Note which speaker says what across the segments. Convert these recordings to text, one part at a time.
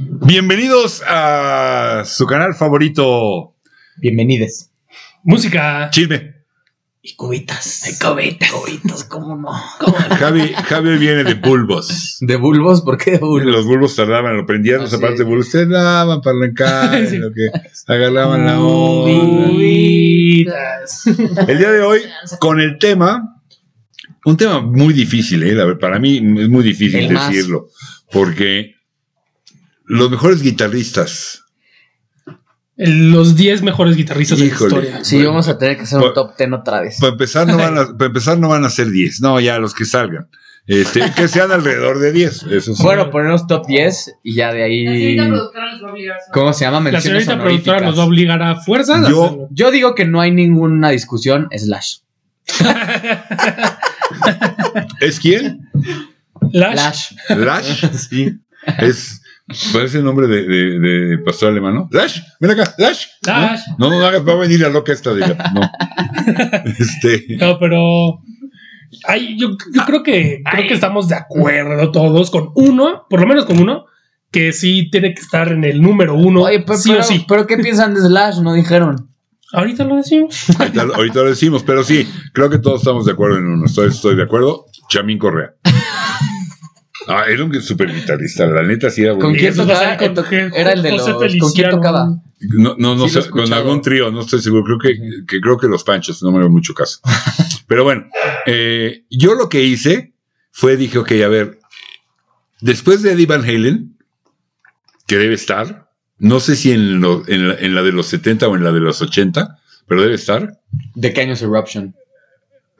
Speaker 1: Bienvenidos a su canal favorito,
Speaker 2: Bienvenides.
Speaker 3: Música.
Speaker 1: Chisme.
Speaker 2: Y cubitas.
Speaker 3: Cobetas.
Speaker 2: cubitas, cómo no.
Speaker 1: Javi, Javi hoy viene de bulbos.
Speaker 2: ¿De bulbos? ¿Por qué de bulbos?
Speaker 1: Los bulbos tardaban, lo prendían los
Speaker 2: Ah, sí.
Speaker 1: zapatos de bulbos. Ustedes daban para arrancar,
Speaker 3: Sí.
Speaker 1: en lo que agarraban la onda.
Speaker 3: Cubitas.
Speaker 1: El día de hoy, con el tema, un tema muy difícil, ¿eh? La ver- para mí es muy difícil
Speaker 2: El más.
Speaker 1: decirlo, porque los mejores guitarristas,
Speaker 3: El- Los 10 mejores guitarristas
Speaker 1: Híjole.
Speaker 3: de la historia.
Speaker 2: Sí,
Speaker 1: Bueno.
Speaker 2: vamos a tener que hacer
Speaker 1: Bueno.
Speaker 2: un top ten otra vez.
Speaker 1: para empezar no van a, para empezar no van a ser 10, no, ya los que salgan, este, que sean alrededor de 10, eso sí.
Speaker 2: Bueno, ponernos top 10 y ya de
Speaker 4: La
Speaker 2: ahí.
Speaker 4: señorita productora nos va a obligar a hacer-
Speaker 2: ¿Cómo se llama?
Speaker 3: La
Speaker 2: Menciones
Speaker 3: señorita productora pues, nos va a
Speaker 2: honoríficas.
Speaker 3: obligar a fuerzas. a
Speaker 1: Yo-
Speaker 3: hacerlo.
Speaker 2: Yo digo que no hay ninguna discusión, slash.
Speaker 1: ¿es quién?
Speaker 3: Lash.
Speaker 2: Slash.
Speaker 1: Lash, sí. Es, parece el nombre de, de- de pastor alemán, ¿no? Lash, ven acá, Lash.
Speaker 3: Lash.
Speaker 1: No, no, no hagas, va a venir la loca esta, diga. No. Este,
Speaker 3: No, pero. ay, yo, yo creo que creo que estamos de acuerdo todos con uno, por lo menos con uno, que sí tiene que estar en el número uno.
Speaker 2: Oye, pero,
Speaker 3: sí
Speaker 2: pero,
Speaker 3: o sí.
Speaker 2: pero ¿qué piensan de slash? No dijeron.
Speaker 3: Ahorita lo decimos.
Speaker 1: ahorita, lo- ahorita lo decimos, pero sí, creo que todos estamos de acuerdo en uno. Estoy, estoy de acuerdo. Chamín Correa. Ah, era un super guitarrista, la neta sí era
Speaker 2: ¿Con
Speaker 1: bueno.
Speaker 2: quién
Speaker 3: Eso
Speaker 2: tocaba? Eh,
Speaker 3: va a ser con-
Speaker 2: Era el de los.
Speaker 3: José
Speaker 2: ¿Con quién
Speaker 3: Feliciano.
Speaker 2: tocaba?
Speaker 1: No, no, no
Speaker 2: Sí lo he
Speaker 1: sé, con
Speaker 2: escuchado.
Speaker 1: algún trío, no estoy seguro. Creo que, que creo que los panchos, no me hago mucho caso. Pero bueno, eh, yo lo que hice fue dije, ok, a ver, después de Eddie Van Halen, que debe estar, no sé si en, lo- en, la, en la de los 70 o en la de los 80, pero debe estar,
Speaker 2: ¿De qué año es Eruption?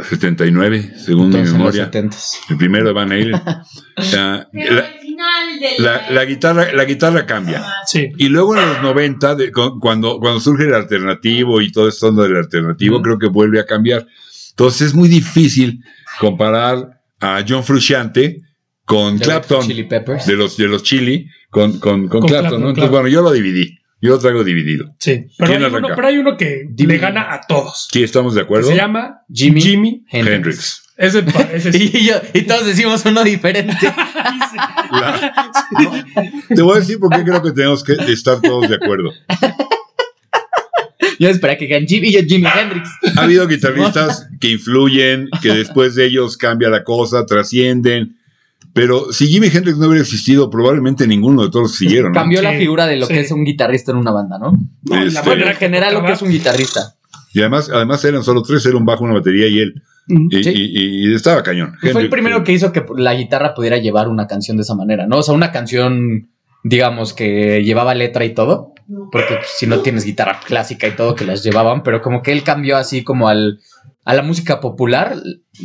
Speaker 1: 79, según mi
Speaker 2: Entonces, en los
Speaker 1: memoria,
Speaker 2: 70
Speaker 1: el primero de Van Halen. Ah,
Speaker 4: Pero
Speaker 1: la,
Speaker 4: al final del.
Speaker 1: la- la guitarra, la guitarra cambia.
Speaker 3: Sí.
Speaker 1: Y luego en los 90, de- cu- cuando, cuando surge el alternativo y todo esto del alternativo,
Speaker 2: Mm.
Speaker 1: creo que vuelve a cambiar. Entonces es muy difícil comparar a John Frusciante con
Speaker 2: De
Speaker 1: Clapton,
Speaker 2: Chili Peppers.
Speaker 1: de los, de los Chili, con, con, con
Speaker 3: Con
Speaker 1: Clapton,
Speaker 3: Clapton,
Speaker 1: ¿no? Entonces,
Speaker 3: claro.
Speaker 1: bueno, yo lo dividí. Yo lo traigo dividido.
Speaker 3: Sí. Pero hay,
Speaker 1: ¿Quién
Speaker 3: uno,
Speaker 1: arranca?
Speaker 3: pero hay uno que
Speaker 2: Dime.
Speaker 3: le gana a todos.
Speaker 1: Sí, estamos de
Speaker 3: que
Speaker 1: acuerdo.
Speaker 3: se llama
Speaker 2: Jimmy,
Speaker 3: Jimi
Speaker 1: Hendrix.
Speaker 3: Ese, pa- ese sí.
Speaker 2: Y, yo- y todos decimos uno diferente.
Speaker 1: La- no, te voy a decir por qué creo que tenemos que estar todos de acuerdo.
Speaker 2: Yo esperaba que digan Jimmy y yo Jimi Hendrix.
Speaker 1: Ha habido guitarristas que influyen, que después de ellos cambia la cosa, trascienden. Pero si Jimi Hendrix no hubiera existido, probablemente ninguno de todos siguieron. ¿no?
Speaker 2: Cambió la
Speaker 3: Sí,
Speaker 2: figura de lo
Speaker 3: sí.
Speaker 2: que es un guitarrista en una banda, ¿no?
Speaker 3: No, la
Speaker 1: Este,
Speaker 2: Bueno,
Speaker 3: manera
Speaker 2: en general lo que es un guitarrista.
Speaker 1: Y además, además eran solo tres, era un bajo, una batería y él.
Speaker 3: Mm.
Speaker 1: Y,
Speaker 2: Sí.
Speaker 1: y- y estaba cañón.
Speaker 2: Y fue el
Speaker 1: Hendrix, eh,
Speaker 2: primero que hizo que la guitarra pudiera llevar una canción de esa manera, ¿no? O sea, una canción, digamos, que llevaba letra y todo. Porque pues, si no tienes guitarra clásica y todo, que las llevaban. Pero como que él cambió así como al, a la música popular,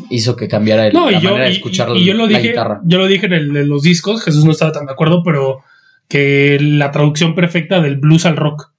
Speaker 2: hizo que cambiara el-
Speaker 3: No,
Speaker 2: la
Speaker 3: y yo,
Speaker 2: manera de
Speaker 3: y-
Speaker 2: escuchar
Speaker 3: y- y yo lo
Speaker 2: la
Speaker 3: dije,
Speaker 2: guitarra.
Speaker 3: yo lo dije en, el, en los discos, Jesús no estaba tan de acuerdo, pero que la traducción perfecta del blues al rock,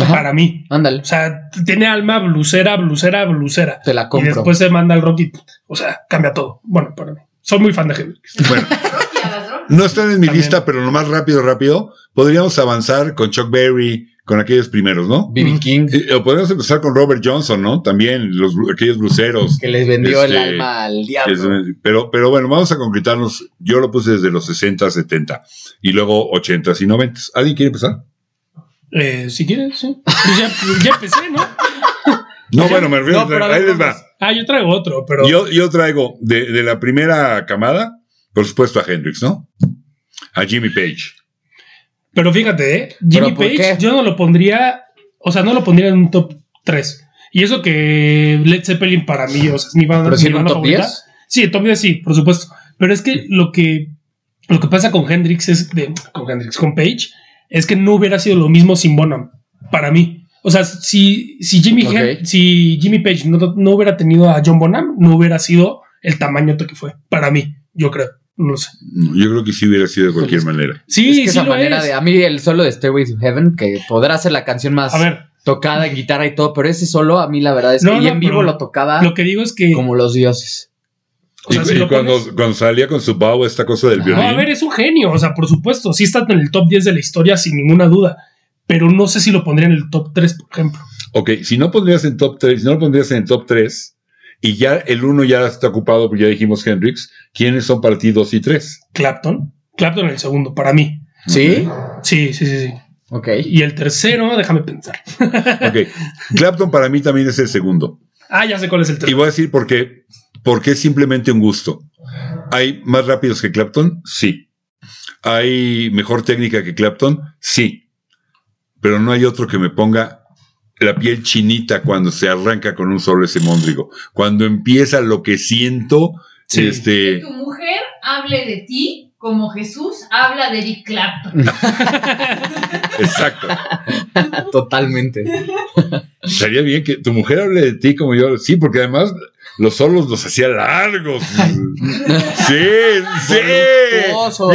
Speaker 2: Ajá,
Speaker 3: para mí.
Speaker 2: Ándale,
Speaker 3: O sea, t- tiene alma blusera, blusera, blusera.
Speaker 2: te la
Speaker 3: Y
Speaker 2: compro.
Speaker 3: después se manda al rock y, puta, o sea, cambia todo. Bueno, para mí. Soy muy fan de Hendrix.
Speaker 1: Bueno,
Speaker 4: Y a las drogas.
Speaker 1: no están en mi
Speaker 3: También.
Speaker 1: lista, pero lo más rápido, rápido, podríamos avanzar con Chuck Berry, con aquellos primeros, ¿no?
Speaker 2: B.B.
Speaker 3: mm.
Speaker 2: King,
Speaker 1: Eh, O podríamos empezar con Robert Johnson, ¿no? También los, aquellos bruceros.
Speaker 2: que les vendió el
Speaker 1: Este,
Speaker 2: alma al
Speaker 1: Que es-
Speaker 2: diablo.
Speaker 1: pero, pero bueno, vamos a concretarnos. Yo lo puse desde los 60, 70 y luego 80 y 90. ¿Alguien quiere empezar?
Speaker 3: Eh, si quieres, sí. Pues ya, ya empecé, ¿no?
Speaker 1: No, bueno, me refiero.
Speaker 2: No, pero a ver,
Speaker 1: ahí les va.
Speaker 2: vamos.
Speaker 3: Ah, yo traigo otro, pero.
Speaker 1: Yo, yo traigo de, de la primera camada, por supuesto, a Hendrix, ¿no? A Jimmy Page.
Speaker 3: Pero fíjate, ¿eh?
Speaker 2: ¿Pero
Speaker 3: Jimmy
Speaker 2: por
Speaker 3: Page,
Speaker 2: qué?
Speaker 3: yo no lo pondría. O sea, no lo pondría en un top 3. Y eso que Led Zeppelin para mí, o sea, es mi banda,
Speaker 2: Pero si
Speaker 3: mi
Speaker 2: en un
Speaker 3: banda
Speaker 2: top
Speaker 3: favorita.
Speaker 2: 10.
Speaker 3: Sí, el top 10 sí, por supuesto. Pero es que lo que lo que pasa con Hendrix es de, con Hendrix, con Page, es que no hubiera sido lo mismo sin Bonham, para mí. O sea, si, si, Jimmy,
Speaker 2: Ok.
Speaker 3: Hen- si Jimmy Page no, no hubiera tenido a John Bonham, no hubiera sido el tamaño que fue, para mí, yo creo. No lo sé.
Speaker 1: No, Yo creo que sí hubiera sido de cualquier
Speaker 3: Pues
Speaker 1: manera.
Speaker 3: Sí,
Speaker 2: Es que
Speaker 3: sí
Speaker 2: esa
Speaker 3: lo
Speaker 2: manera
Speaker 3: es.
Speaker 2: de. A mí el solo de Stairway to Heaven, que podrá ser la canción más
Speaker 3: A ver,
Speaker 2: tocada en guitarra y todo, pero ese solo, a mí la verdad es
Speaker 3: No,
Speaker 2: que. y
Speaker 3: no,
Speaker 2: en vivo
Speaker 3: pero
Speaker 2: lo tocaba
Speaker 3: lo que digo es que...
Speaker 2: como los dioses.
Speaker 3: o sea,
Speaker 1: y
Speaker 3: si
Speaker 1: y
Speaker 3: lo
Speaker 1: cuando,
Speaker 3: pones-
Speaker 1: cuando salía con su pavo esta cosa del
Speaker 2: No,
Speaker 3: No,
Speaker 1: violín.
Speaker 3: a ver, es un genio, o sea, por supuesto, sí está en el top 10 de la historia sin ninguna duda, pero no sé si lo pondría en el top 3, por ejemplo.
Speaker 1: Ok, si no pondrías en top 3, si no lo pondrías en el top 3 y ya el 1 ya está ocupado, porque ya dijimos Hendrix, ¿quiénes son para ti 2 y 3?
Speaker 3: Clapton, Clapton el segundo, para mí.
Speaker 2: ¿Sí?
Speaker 3: Sí, sí, sí, sí.
Speaker 2: Ok.
Speaker 3: Y el tercero, déjame pensar.
Speaker 1: Ok. Clapton para mí también es el segundo.
Speaker 3: Ah, ya sé cuál es el
Speaker 1: Y
Speaker 3: tercero.
Speaker 1: voy a decir por qué. Porque es simplemente un gusto. ¿Hay más rápidos que Clapton? Sí. ¿Hay mejor técnica que Clapton? Sí. Pero no hay otro que me ponga la piel chinita cuando se arranca con un solo ese móndrigo. Cuando empieza lo que siento,
Speaker 3: Sí.
Speaker 1: este,
Speaker 4: Tu mujer hable de ti como Jesús habla de Eric Clapton.
Speaker 1: exacto.
Speaker 2: Totalmente.
Speaker 1: Estaría bien que tu mujer hable de ti como yo. Sí, porque además los solos los hacía largos. sí, sí.
Speaker 2: Voluptuosos.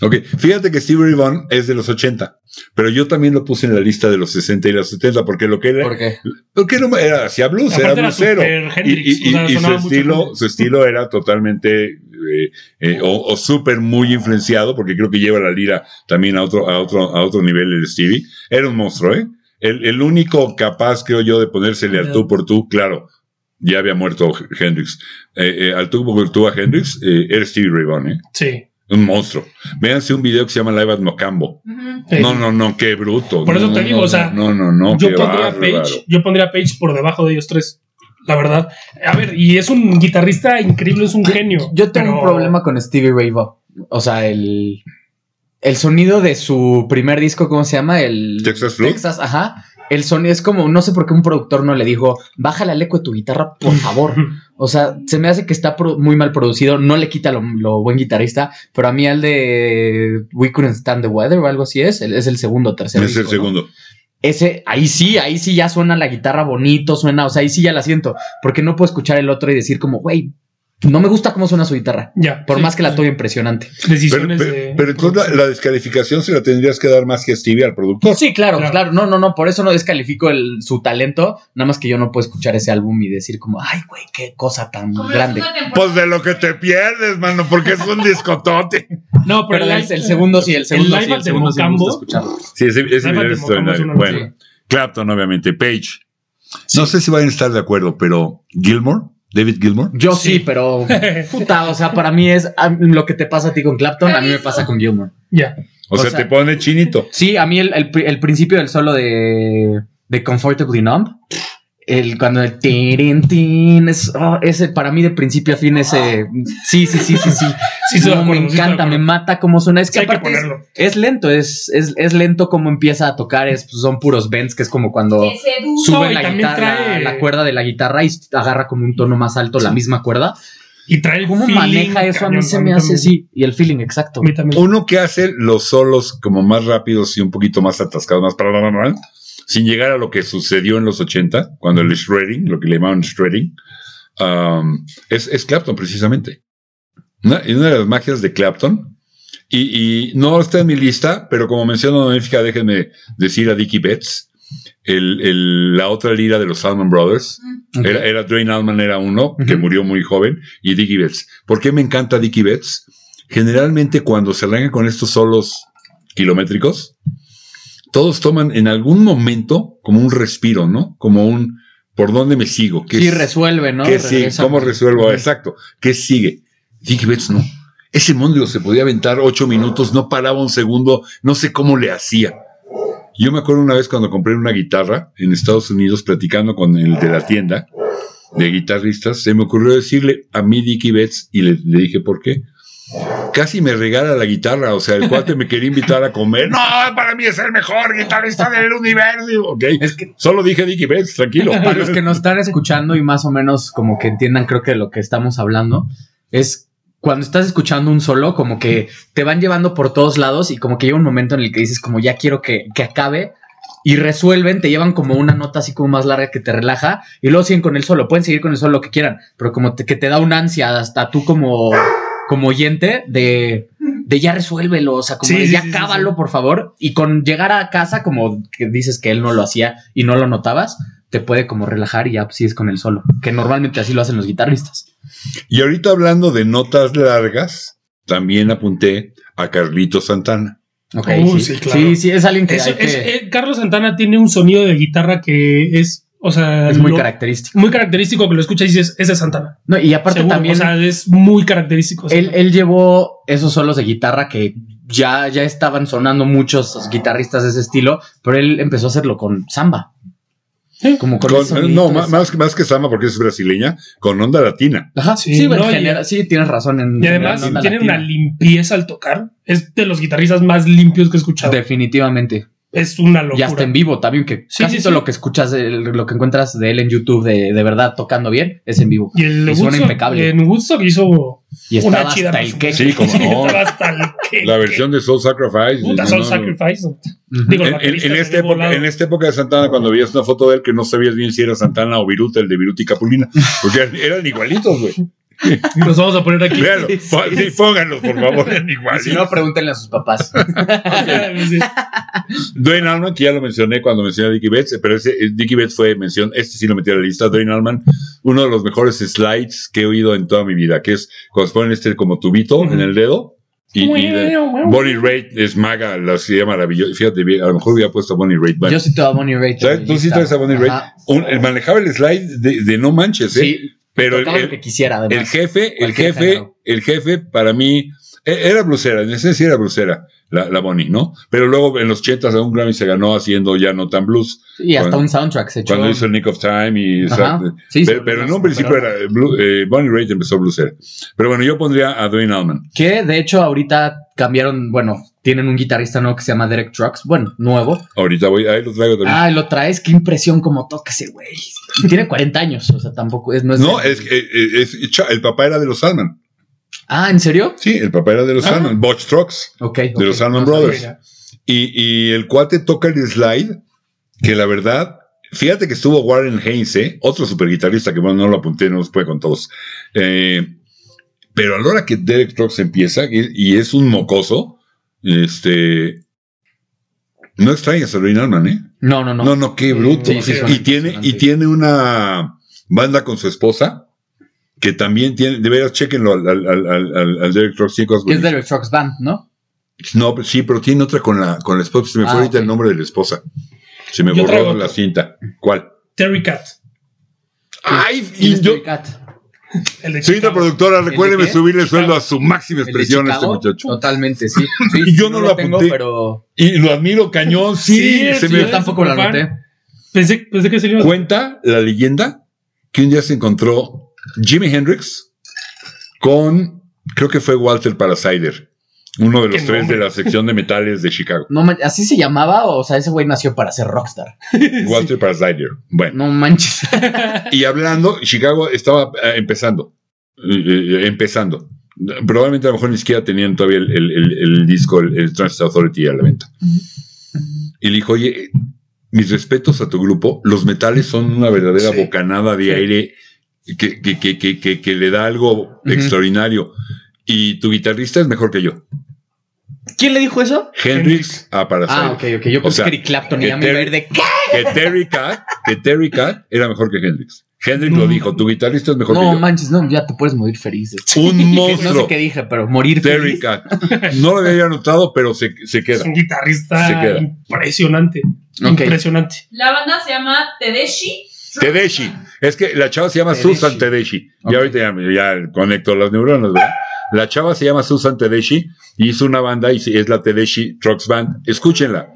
Speaker 1: Ok, fíjate que Steve Ray Vaughan es de los 80, pero yo también lo puse en la lista de los 60 y los 70 porque lo que era,
Speaker 2: ¿Por qué?
Speaker 1: lo que era, era hacía blues,
Speaker 3: Aparte
Speaker 1: era
Speaker 3: era
Speaker 1: blusero.
Speaker 3: super
Speaker 1: Y,
Speaker 3: Hendrix,
Speaker 1: y-
Speaker 3: o sea,
Speaker 1: y su,
Speaker 3: sonaba mucho
Speaker 1: estilo,
Speaker 3: Hendrix.
Speaker 1: su estilo era totalmente eh, eh, o, o súper muy influenciado, porque creo que lleva la lira también a otro, a otro, a otro nivel el Stevie. Era un monstruo, ¿eh? El, el único capaz, creo yo, de ponérsele al tú por tú, claro, ya había muerto Hendrix. Eh, eh, al tú por tú a Hendrix eh, era Stevie Ray Vaughan, ¿eh?
Speaker 3: Sí.
Speaker 1: Un monstruo. Véanse un video que se llama Live at Mocambo.
Speaker 4: Ujú.
Speaker 3: Sí.
Speaker 1: No, no, no, qué bruto.
Speaker 3: eh, Por eso
Speaker 1: No,
Speaker 3: te
Speaker 1: no,
Speaker 3: digo, o sea,
Speaker 1: No, no, no.
Speaker 3: yo
Speaker 1: qué
Speaker 3: pondría a
Speaker 1: bárbaro.
Speaker 3: Page, yo pondría a Page por debajo de ellos tres, la verdad. A ver, y es un guitarrista increíble, es un genio.
Speaker 2: Yo tengo un
Speaker 3: pero-
Speaker 2: problema con Stevie Ray Vaughan. O sea, el. El sonido de su primer disco, ¿cómo se llama? El.
Speaker 1: Texas Flood.
Speaker 2: Texas, ajá. El sonido es como, no sé por qué un productor no le dijo, bájale al eco de tu guitarra, por favor. O sea, se me hace que está pro- muy mal producido, no le quita lo, lo buen guitarrista, pero a mí el de We Couldn't Stand the Weather o algo así es, el- es el segundo o tercero.
Speaker 1: Es el
Speaker 2: disco, ¿no?
Speaker 1: segundo.
Speaker 2: Ese, ahí sí, ahí sí ya suena la guitarra bonito, suena, o sea, ahí sí ya la siento, porque no puedo escuchar el otro y decir como, güey, no me gusta cómo suena su guitarra,
Speaker 3: Ya.
Speaker 2: por
Speaker 3: sí,
Speaker 2: más que la
Speaker 3: sí.
Speaker 2: toque impresionante.
Speaker 1: Pero,
Speaker 3: Decisiones
Speaker 1: pero-
Speaker 3: de.
Speaker 1: pero entonces la, la descalificación se la tendrías que dar más que a Stevie al productor.
Speaker 2: Sí, claro,
Speaker 3: Claro.
Speaker 2: claro, no, no, no, por eso no descalifico el, su talento, nada más que yo no puedo escuchar ese álbum y decir como, ay, güey, qué cosa tan
Speaker 4: Como la
Speaker 2: grande.
Speaker 4: segunda temporada.
Speaker 1: Pues de lo que te pierdes, mano, porque es un discotote.
Speaker 3: no,
Speaker 2: Pero el, el segundo sí, el segundo sí,
Speaker 3: live
Speaker 2: el
Speaker 3: at
Speaker 2: segundo sí me gusta
Speaker 3: Mocambo,
Speaker 2: escucharlo.
Speaker 1: Sí, ese, ese
Speaker 3: Live
Speaker 1: video
Speaker 3: at the
Speaker 1: es
Speaker 3: Mocambo es
Speaker 1: extraordinario.
Speaker 3: uno de los-
Speaker 1: Bueno, Clapton, obviamente, Page. No sé si van a estar de acuerdo, pero Gilmore, David Gilmore.
Speaker 2: Yo sí,
Speaker 3: Sí.
Speaker 2: pero puta, o sea, para mí es ah, lo que te pasa a ti con Clapton, a mí me pasa con Gilmour.
Speaker 3: Ya.
Speaker 1: O,
Speaker 2: O
Speaker 1: sea,
Speaker 2: sea-
Speaker 1: te pone chinito.
Speaker 2: Sí, a mí el, el pri- el principio del solo de, de Comfortably Numb, el cuando el tirin, tin, es, oh, ese para mí de principio a fin ese sí, sí, sí, sí, sí.
Speaker 3: Ah. Sí, estoy de
Speaker 2: No, me
Speaker 3: acuerdo, sí estoy de
Speaker 2: encanta, me
Speaker 3: acuerdo.
Speaker 2: mata cómo suena, es
Speaker 3: Sí,
Speaker 2: que
Speaker 3: hay que
Speaker 2: aparte es,
Speaker 3: ponerlo.
Speaker 2: es lento, es, es, es lento como empieza a tocar, es- pues, son puros bends que es como cuando
Speaker 4: Que seduce.
Speaker 3: No,
Speaker 2: sube
Speaker 3: y
Speaker 2: la
Speaker 3: también
Speaker 2: guitarra,
Speaker 3: trae-
Speaker 2: la cuerda de la guitarra y agarra como un tono más alto la misma cuerda.
Speaker 3: Y trae el
Speaker 2: ¿Cómo
Speaker 3: feeling,
Speaker 2: maneja eso? A mí
Speaker 3: cañón,
Speaker 2: se me hace
Speaker 3: también.
Speaker 2: así. Y el feeling, exacto.
Speaker 3: A mí también.
Speaker 1: Uno que hace los solos como más rápidos y un poquito más atascados, más para sin llegar a lo que sucedió en los 80, cuando el shredding, lo que le llamaban shredding, um, es, es Clapton precisamente. Una, y una de las magias de Clapton, y, y no está en mi lista, pero como menciono honorífica, déjenme decir a Dickie Betts, el- el- la otra lira de los Allman Brothers,
Speaker 4: Mm.
Speaker 2: Ok.
Speaker 1: era, era Dwayne Allman era uno, que
Speaker 2: Ujú.
Speaker 1: murió muy joven, y Dickie Betts. ¿Por qué me encanta Dickie Betts? Generalmente cuando se arranca con estos solos kilométricos, todos toman en algún momento como un respiro, ¿no? Como un, ¿por dónde me sigo? ¿Qué
Speaker 2: Sí,
Speaker 1: es-
Speaker 2: resuelve, ¿no?
Speaker 1: ¿Qué sigue?
Speaker 2: Regresa.
Speaker 1: ¿Cómo resuelvo?
Speaker 2: Ujú.
Speaker 1: Exacto. ¿Qué sigue? Dickie Betts no. Ese mondio se podía aventar ocho minutos, no paraba un segundo, no sé cómo le hacía. Yo me acuerdo una vez cuando compré una guitarra en Estados Unidos platicando con el de la tienda de guitarristas, se me ocurrió decirle a mí Dickie Betts y le, le dije por qué. Casi me regala la guitarra, o sea, el cuate me quería invitar a comer. No, para mí es el mejor guitarrista del universo. Ok,
Speaker 2: Es que
Speaker 1: solo dije Dickie Betts, tranquilo.
Speaker 2: para los que nos están escuchando y más o menos como que entiendan, creo que de lo que estamos hablando es cuando estás escuchando un solo, como que te van llevando por todos lados y como que llega un momento en el que dices, como ya quiero que, que acabe. Y resuelven, te llevan como una nota así como más larga que te relaja y luego siguen con el solo. Pueden seguir con el solo lo que quieran, pero como te- que te da una ansia hasta tú como, como oyente de, de ya resuélvelo, o sea, como
Speaker 3: Sí,
Speaker 2: de
Speaker 3: sí,
Speaker 2: ya
Speaker 3: sí, sí,
Speaker 2: cábalo,
Speaker 3: sí.
Speaker 2: por favor. Y con llegar a casa, como que dices que él no lo hacía y no lo notabas, te puede como relajar y ya pues, sigues con el solo, que normalmente así lo hacen los guitarristas.
Speaker 1: Y ahorita hablando de notas largas, también apunté a Carlito Santana.
Speaker 2: Ok,
Speaker 3: Uh,
Speaker 2: sí.
Speaker 3: sí, claro.
Speaker 2: sí, sí, es alguien que,
Speaker 3: Eso-
Speaker 2: hay que-
Speaker 3: es- eh, Carlos Santana tiene un sonido de guitarra que es, o sea,
Speaker 2: es muy
Speaker 3: lo-
Speaker 2: característico.
Speaker 3: muy característico que lo escuchas y dices, ese es Santana.
Speaker 2: No, y aparte
Speaker 3: Seguro,
Speaker 2: también
Speaker 3: o sea, es muy característico.
Speaker 2: él, él llevó esos solos de guitarra que ya, ya estaban sonando muchos guitarristas de ese estilo, pero él empezó a hacerlo con samba.
Speaker 3: Sí.
Speaker 2: Como con,
Speaker 1: Con-
Speaker 2: ese sonidito
Speaker 1: no,
Speaker 2: de
Speaker 1: más,
Speaker 2: samba.
Speaker 1: más que- más que Sama, porque es brasileña, con onda latina.
Speaker 2: Ajá, sí,
Speaker 3: Sí,
Speaker 2: bueno,
Speaker 3: no, y-
Speaker 2: genera- sí, tienes razón. En,
Speaker 3: Y además
Speaker 2: en la onda
Speaker 3: tiene una
Speaker 2: latina.
Speaker 3: limpieza al tocar. Es de los guitarristas más limpios que he escuchado.
Speaker 2: Definitivamente.
Speaker 3: es una locura.
Speaker 2: Ya está en vivo también, que
Speaker 3: Sí,
Speaker 2: casi
Speaker 3: sí,
Speaker 2: todo
Speaker 3: sí.
Speaker 2: lo que escuchas, el- lo que encuentras de él en YouTube de, de verdad tocando bien, es en vivo.
Speaker 3: Y el
Speaker 2: Y suena
Speaker 3: Woodstock,
Speaker 2: impecable.
Speaker 3: en Woodstock hizo
Speaker 2: Y está
Speaker 3: una chida.
Speaker 2: hasta el que.
Speaker 1: Sí, como no.
Speaker 3: Estaba hasta el que-
Speaker 1: La versión de Soul Sacrifice.
Speaker 3: Puta,
Speaker 1: no,
Speaker 3: Soul
Speaker 1: no, no.
Speaker 3: Sacrifice.
Speaker 2: Ujú.
Speaker 1: En, en-
Speaker 3: Digo, los
Speaker 1: en
Speaker 3: bateristas
Speaker 1: esta
Speaker 3: se ven
Speaker 1: época,
Speaker 3: volados.
Speaker 1: en esta época de Santana, cuando veías una foto de él que no sabías bien si era Santana o Viruta, el de Viruta y Capulina, porque eran- eran igualitos, güey.
Speaker 3: Los vamos a poner aquí.
Speaker 1: Véanlo,
Speaker 2: Sí, sí,
Speaker 1: pó- sí, pónganlos, por favor, eran
Speaker 2: Y si
Speaker 1: igualitos.
Speaker 2: no, pregúntenle a sus papás.
Speaker 3: Sí.
Speaker 1: Dwayne Allman, que ya lo mencioné cuando mencioné a Dickie Betts, pero ese, eh, Dickie Betts fue mención, este sí lo metí a la lista, Dwayne Allman, uno de los mejores slides que he oído en toda mi vida, que es cuando se ponen este como tubito
Speaker 3: Ujú.
Speaker 1: en el dedo y, y de- Bonnie Raitt es maga, la idea maravillosa. Fíjate, bien, a lo mejor hubiera puesto a Bonnie Raitt. bueno.
Speaker 2: Yo sí tengo a Bonnie Raitt. en
Speaker 1: ¿Sabes?
Speaker 2: mi
Speaker 1: Tú sí
Speaker 2: lista.
Speaker 1: traes a Bonnie Raitt.
Speaker 2: Ajá.
Speaker 1: Un- el manejaba el slide de, de no manches, ¿eh?
Speaker 2: Sí,
Speaker 1: pero el,
Speaker 2: tocaba
Speaker 1: el-
Speaker 2: lo que quisiera, además.
Speaker 1: el jefe, el
Speaker 2: Cualquier
Speaker 1: jefe,
Speaker 2: género.
Speaker 1: el jefe para mí e- era blusera, en ese sí era blusera, la, la Bonnie, ¿no? Pero luego en los chetas a un Grammy se ganó haciendo ya no tan blues,
Speaker 2: y hasta
Speaker 1: cuando-
Speaker 2: un soundtrack se echó.
Speaker 1: cuando hizo el Nick of Time y... o sea,
Speaker 2: Ajá. Sí,
Speaker 1: pero,
Speaker 2: sí,
Speaker 1: pero en
Speaker 2: sí,
Speaker 1: un principio
Speaker 2: pero-
Speaker 1: era eh, blu- eh, Bonnie Raitt empezó blusera. Pero bueno, yo pondría a Dwayne Allman.
Speaker 2: Que de hecho ahorita cambiaron, bueno, tienen un guitarrista nuevo que se llama Derek Trucks, bueno, nuevo.
Speaker 1: Ahorita voy, ahí lo traigo también.
Speaker 2: Ah, lo traes, qué impresión como toca ese güey. Y tiene 40 años, o sea, tampoco es... No, es
Speaker 1: no, es, que, eh, eh, es- cha- el papá era de los Allman.
Speaker 2: Ah, ¿en serio?
Speaker 1: Sí, el papá era de los
Speaker 3: Ah.
Speaker 1: Allman. Botch Trucks.
Speaker 2: Ok. ok,
Speaker 1: los Allman
Speaker 2: no sabía.
Speaker 1: Brothers. Y, y el cuate toca el slide, que la verdad, fíjate que estuvo Warren Haynes, ¿eh? otro super guitarrista que bueno, no lo apunté, no los puede con todos. Eh, pero a la hora que Derek Trucks empieza, y, y es un mocoso, este. No extrañas a Dwayne Allman, ¿eh?
Speaker 2: No, no, no.
Speaker 1: No, no, qué bruto.
Speaker 2: Sí, sí,
Speaker 1: y,
Speaker 2: suena
Speaker 1: tiene, y
Speaker 2: impresionante.
Speaker 1: tiene una banda con su esposa que también tiene. De veras, chequenlo al, al, al- al- al- al Derek Trucks. tiene cosas
Speaker 2: Que es
Speaker 1: bonitas.
Speaker 2: Derek Trucks Band, ¿no?
Speaker 1: No, pero sí, pero tiene otra con la, con la esposa. Se me
Speaker 2: Ah,
Speaker 1: fue ahorita
Speaker 2: ok.
Speaker 1: el nombre de la esposa. Se me
Speaker 3: Yo traigo
Speaker 1: borró
Speaker 3: otro.
Speaker 1: la cinta. ¿Cuál?
Speaker 3: Terry Cat.
Speaker 1: Ay,
Speaker 2: Y
Speaker 1: y
Speaker 2: es
Speaker 1: yo.
Speaker 2: Derek Cat.
Speaker 3: El de
Speaker 1: Señorita
Speaker 3: este Chicago.
Speaker 1: productora, recuérdeme
Speaker 2: qué?
Speaker 1: subirle el sueldo a su máxima
Speaker 2: ¿El de
Speaker 1: expresión a este
Speaker 2: Chicago?
Speaker 1: muchacho.
Speaker 2: Totalmente, sí. Sí,
Speaker 1: Y yo
Speaker 2: sí,
Speaker 1: no lo apunté.
Speaker 2: pero
Speaker 1: Y lo admiro cañón. Sí,
Speaker 3: Sí,
Speaker 1: se
Speaker 3: sí,
Speaker 1: me
Speaker 2: yo tampoco lo
Speaker 3: superfan.
Speaker 2: anoté.
Speaker 3: Pensé, pensé que sería.
Speaker 1: cuenta la leyenda que un día se encontró Jimi Hendrix con, creo que fue Walter Parasider, uno de los
Speaker 3: Qué
Speaker 1: tres
Speaker 3: nombre.
Speaker 1: de la sección de metales de Chicago.
Speaker 2: No, man- ¿Así se llamaba? O sea, ese güey nació para ser rockstar.
Speaker 1: Walter Parasider. Bueno,
Speaker 2: No manches.
Speaker 1: y hablando, Chicago estaba eh, empezando, eh, eh, empezando. Probablemente a lo mejor ni siquiera tenían todavía el, el- el- el disco, el, el Transit Authority a la venta. Y le dijo, oye, mis respetos a tu grupo, los metales son una verdadera
Speaker 3: Sí.
Speaker 1: bocanada de
Speaker 3: Sí.
Speaker 1: aire que, que- que- que- que- que le da algo extraordinario. Y tu guitarrista es mejor que yo.
Speaker 2: ¿Quién le dijo eso?
Speaker 1: Hendrix a Parasite.
Speaker 2: Ah, ok, ok. Yo
Speaker 1: O
Speaker 2: pensé
Speaker 1: sea,
Speaker 2: que Eric Clapton
Speaker 1: que
Speaker 2: y ya me iba a
Speaker 1: Terry-
Speaker 2: ir de
Speaker 1: Que Terry Cat, que Terry Cat era mejor que Hendrix. Hendrix lo
Speaker 3: No.
Speaker 1: dijo, tu guitarrista es mejor que
Speaker 2: No
Speaker 1: yo.
Speaker 2: manches, no, ya te puedes morir feliz.
Speaker 1: Un
Speaker 2: No sé
Speaker 1: monstruo.
Speaker 2: qué dije, pero morir
Speaker 1: Terry
Speaker 2: feliz.
Speaker 1: Cat. No lo había yo anotado, pero se, se
Speaker 3: Es
Speaker 1: queda.
Speaker 3: un
Speaker 1: Se
Speaker 3: guitarrista
Speaker 1: queda.
Speaker 3: impresionante.
Speaker 2: Ok.
Speaker 3: Impresionante.
Speaker 4: La banda se llama Tedeschi.
Speaker 1: Tedeschi. Es que la chava se llama
Speaker 2: Tedeschi.
Speaker 1: Susan Tedeschi.
Speaker 2: Ok.
Speaker 1: Ya ahorita ya, me- ya conecto las neuronas, ¿verdad? La chava se llama Susan Tedeschi y hizo una banda y es la Tedeschi Trucks Band. Escúchenla.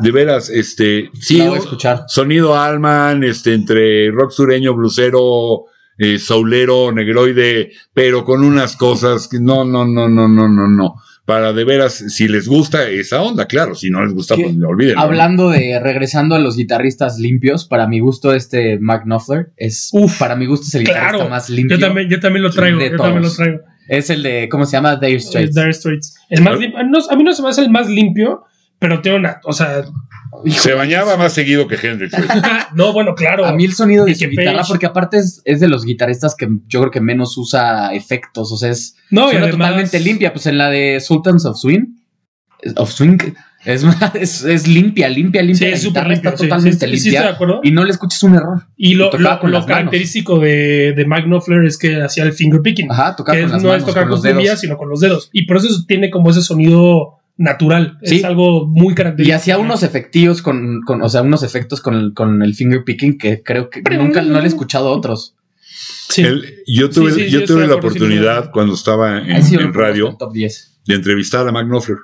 Speaker 1: De veras, este, sí,
Speaker 2: La voy a escuchar.
Speaker 1: sonido Alman, este, entre rock sureño, blusero, eh, soulero, negroide, pero con unas cosas que no, no, no, no, no, no, no. Para de veras, si les gusta esa onda, claro, si no les gusta,
Speaker 2: ¿Qué?
Speaker 1: pues olvídenlo.
Speaker 2: Hablando de, regresando a los guitarristas limpios, para mi gusto este Mark Knopfler es,
Speaker 3: Uf,
Speaker 2: para mi gusto es el
Speaker 3: claro.
Speaker 2: guitarrista más limpio.
Speaker 3: Yo también, yo también lo traigo.
Speaker 2: De
Speaker 3: Yo también lo
Speaker 2: todos.
Speaker 3: traigo.
Speaker 2: Es el de, ¿cómo se llama? Dave Straits.
Speaker 3: Eh, Dire Straits. El más
Speaker 1: Claro.
Speaker 3: lim- no, a mí no se me hace el más limpio, pero tiene una. O sea,
Speaker 1: Se bañaba más seguido que Hendrix. güey.
Speaker 3: no, bueno, claro.
Speaker 2: A mí el sonido de
Speaker 3: Y
Speaker 2: su
Speaker 3: que
Speaker 2: guitarra,
Speaker 3: Page.
Speaker 2: porque aparte es, es de los guitarristas que yo creo que menos usa efectos, o sea, es
Speaker 3: no, y
Speaker 2: suena
Speaker 3: además-
Speaker 2: totalmente limpia. Pues en la de Sultans of Swing, es- of Swing, es, más- es, es limpia, limpia,
Speaker 3: Sí,
Speaker 2: limpia. la
Speaker 3: es súper
Speaker 2: guitarra
Speaker 3: limpio.
Speaker 2: está
Speaker 3: sí, sí,
Speaker 2: totalmente
Speaker 3: sí, sí,
Speaker 2: limpia
Speaker 3: estoy de acuerdo.
Speaker 2: y no le escuchas un error.
Speaker 3: Y
Speaker 2: y
Speaker 3: lo,
Speaker 2: tocaba
Speaker 3: lo-
Speaker 2: con
Speaker 3: lo
Speaker 2: las manos.
Speaker 3: característico de, de Mark Knopfler es que hacía el finger picking.
Speaker 2: Ajá, tocar
Speaker 3: que
Speaker 2: con
Speaker 3: no
Speaker 2: las manos,
Speaker 3: es tocar
Speaker 2: con
Speaker 3: con
Speaker 2: los
Speaker 3: comillas,
Speaker 2: dedos.
Speaker 3: sino con los dedos. Y por eso tiene como ese sonido natural.
Speaker 2: Sí.
Speaker 3: Es algo
Speaker 2: Y
Speaker 3: muy característico.
Speaker 2: hacía unos efectivos con, con- o sea, unos efectos con, con el finger picking que creo que nunca no le he escuchado a otros.
Speaker 3: Sí.
Speaker 1: Él- yo tuve,
Speaker 3: Sí, sí,
Speaker 1: yo
Speaker 3: yo
Speaker 1: tuve
Speaker 3: estoy de
Speaker 1: la
Speaker 3: acuerdo, sí,
Speaker 1: oportunidad
Speaker 3: sí.
Speaker 1: cuando estaba en,
Speaker 2: Ahí sí yo
Speaker 1: en
Speaker 2: lo pongo en
Speaker 1: radio
Speaker 2: el Top 10.
Speaker 1: de entrevistar a Mark Knopfler.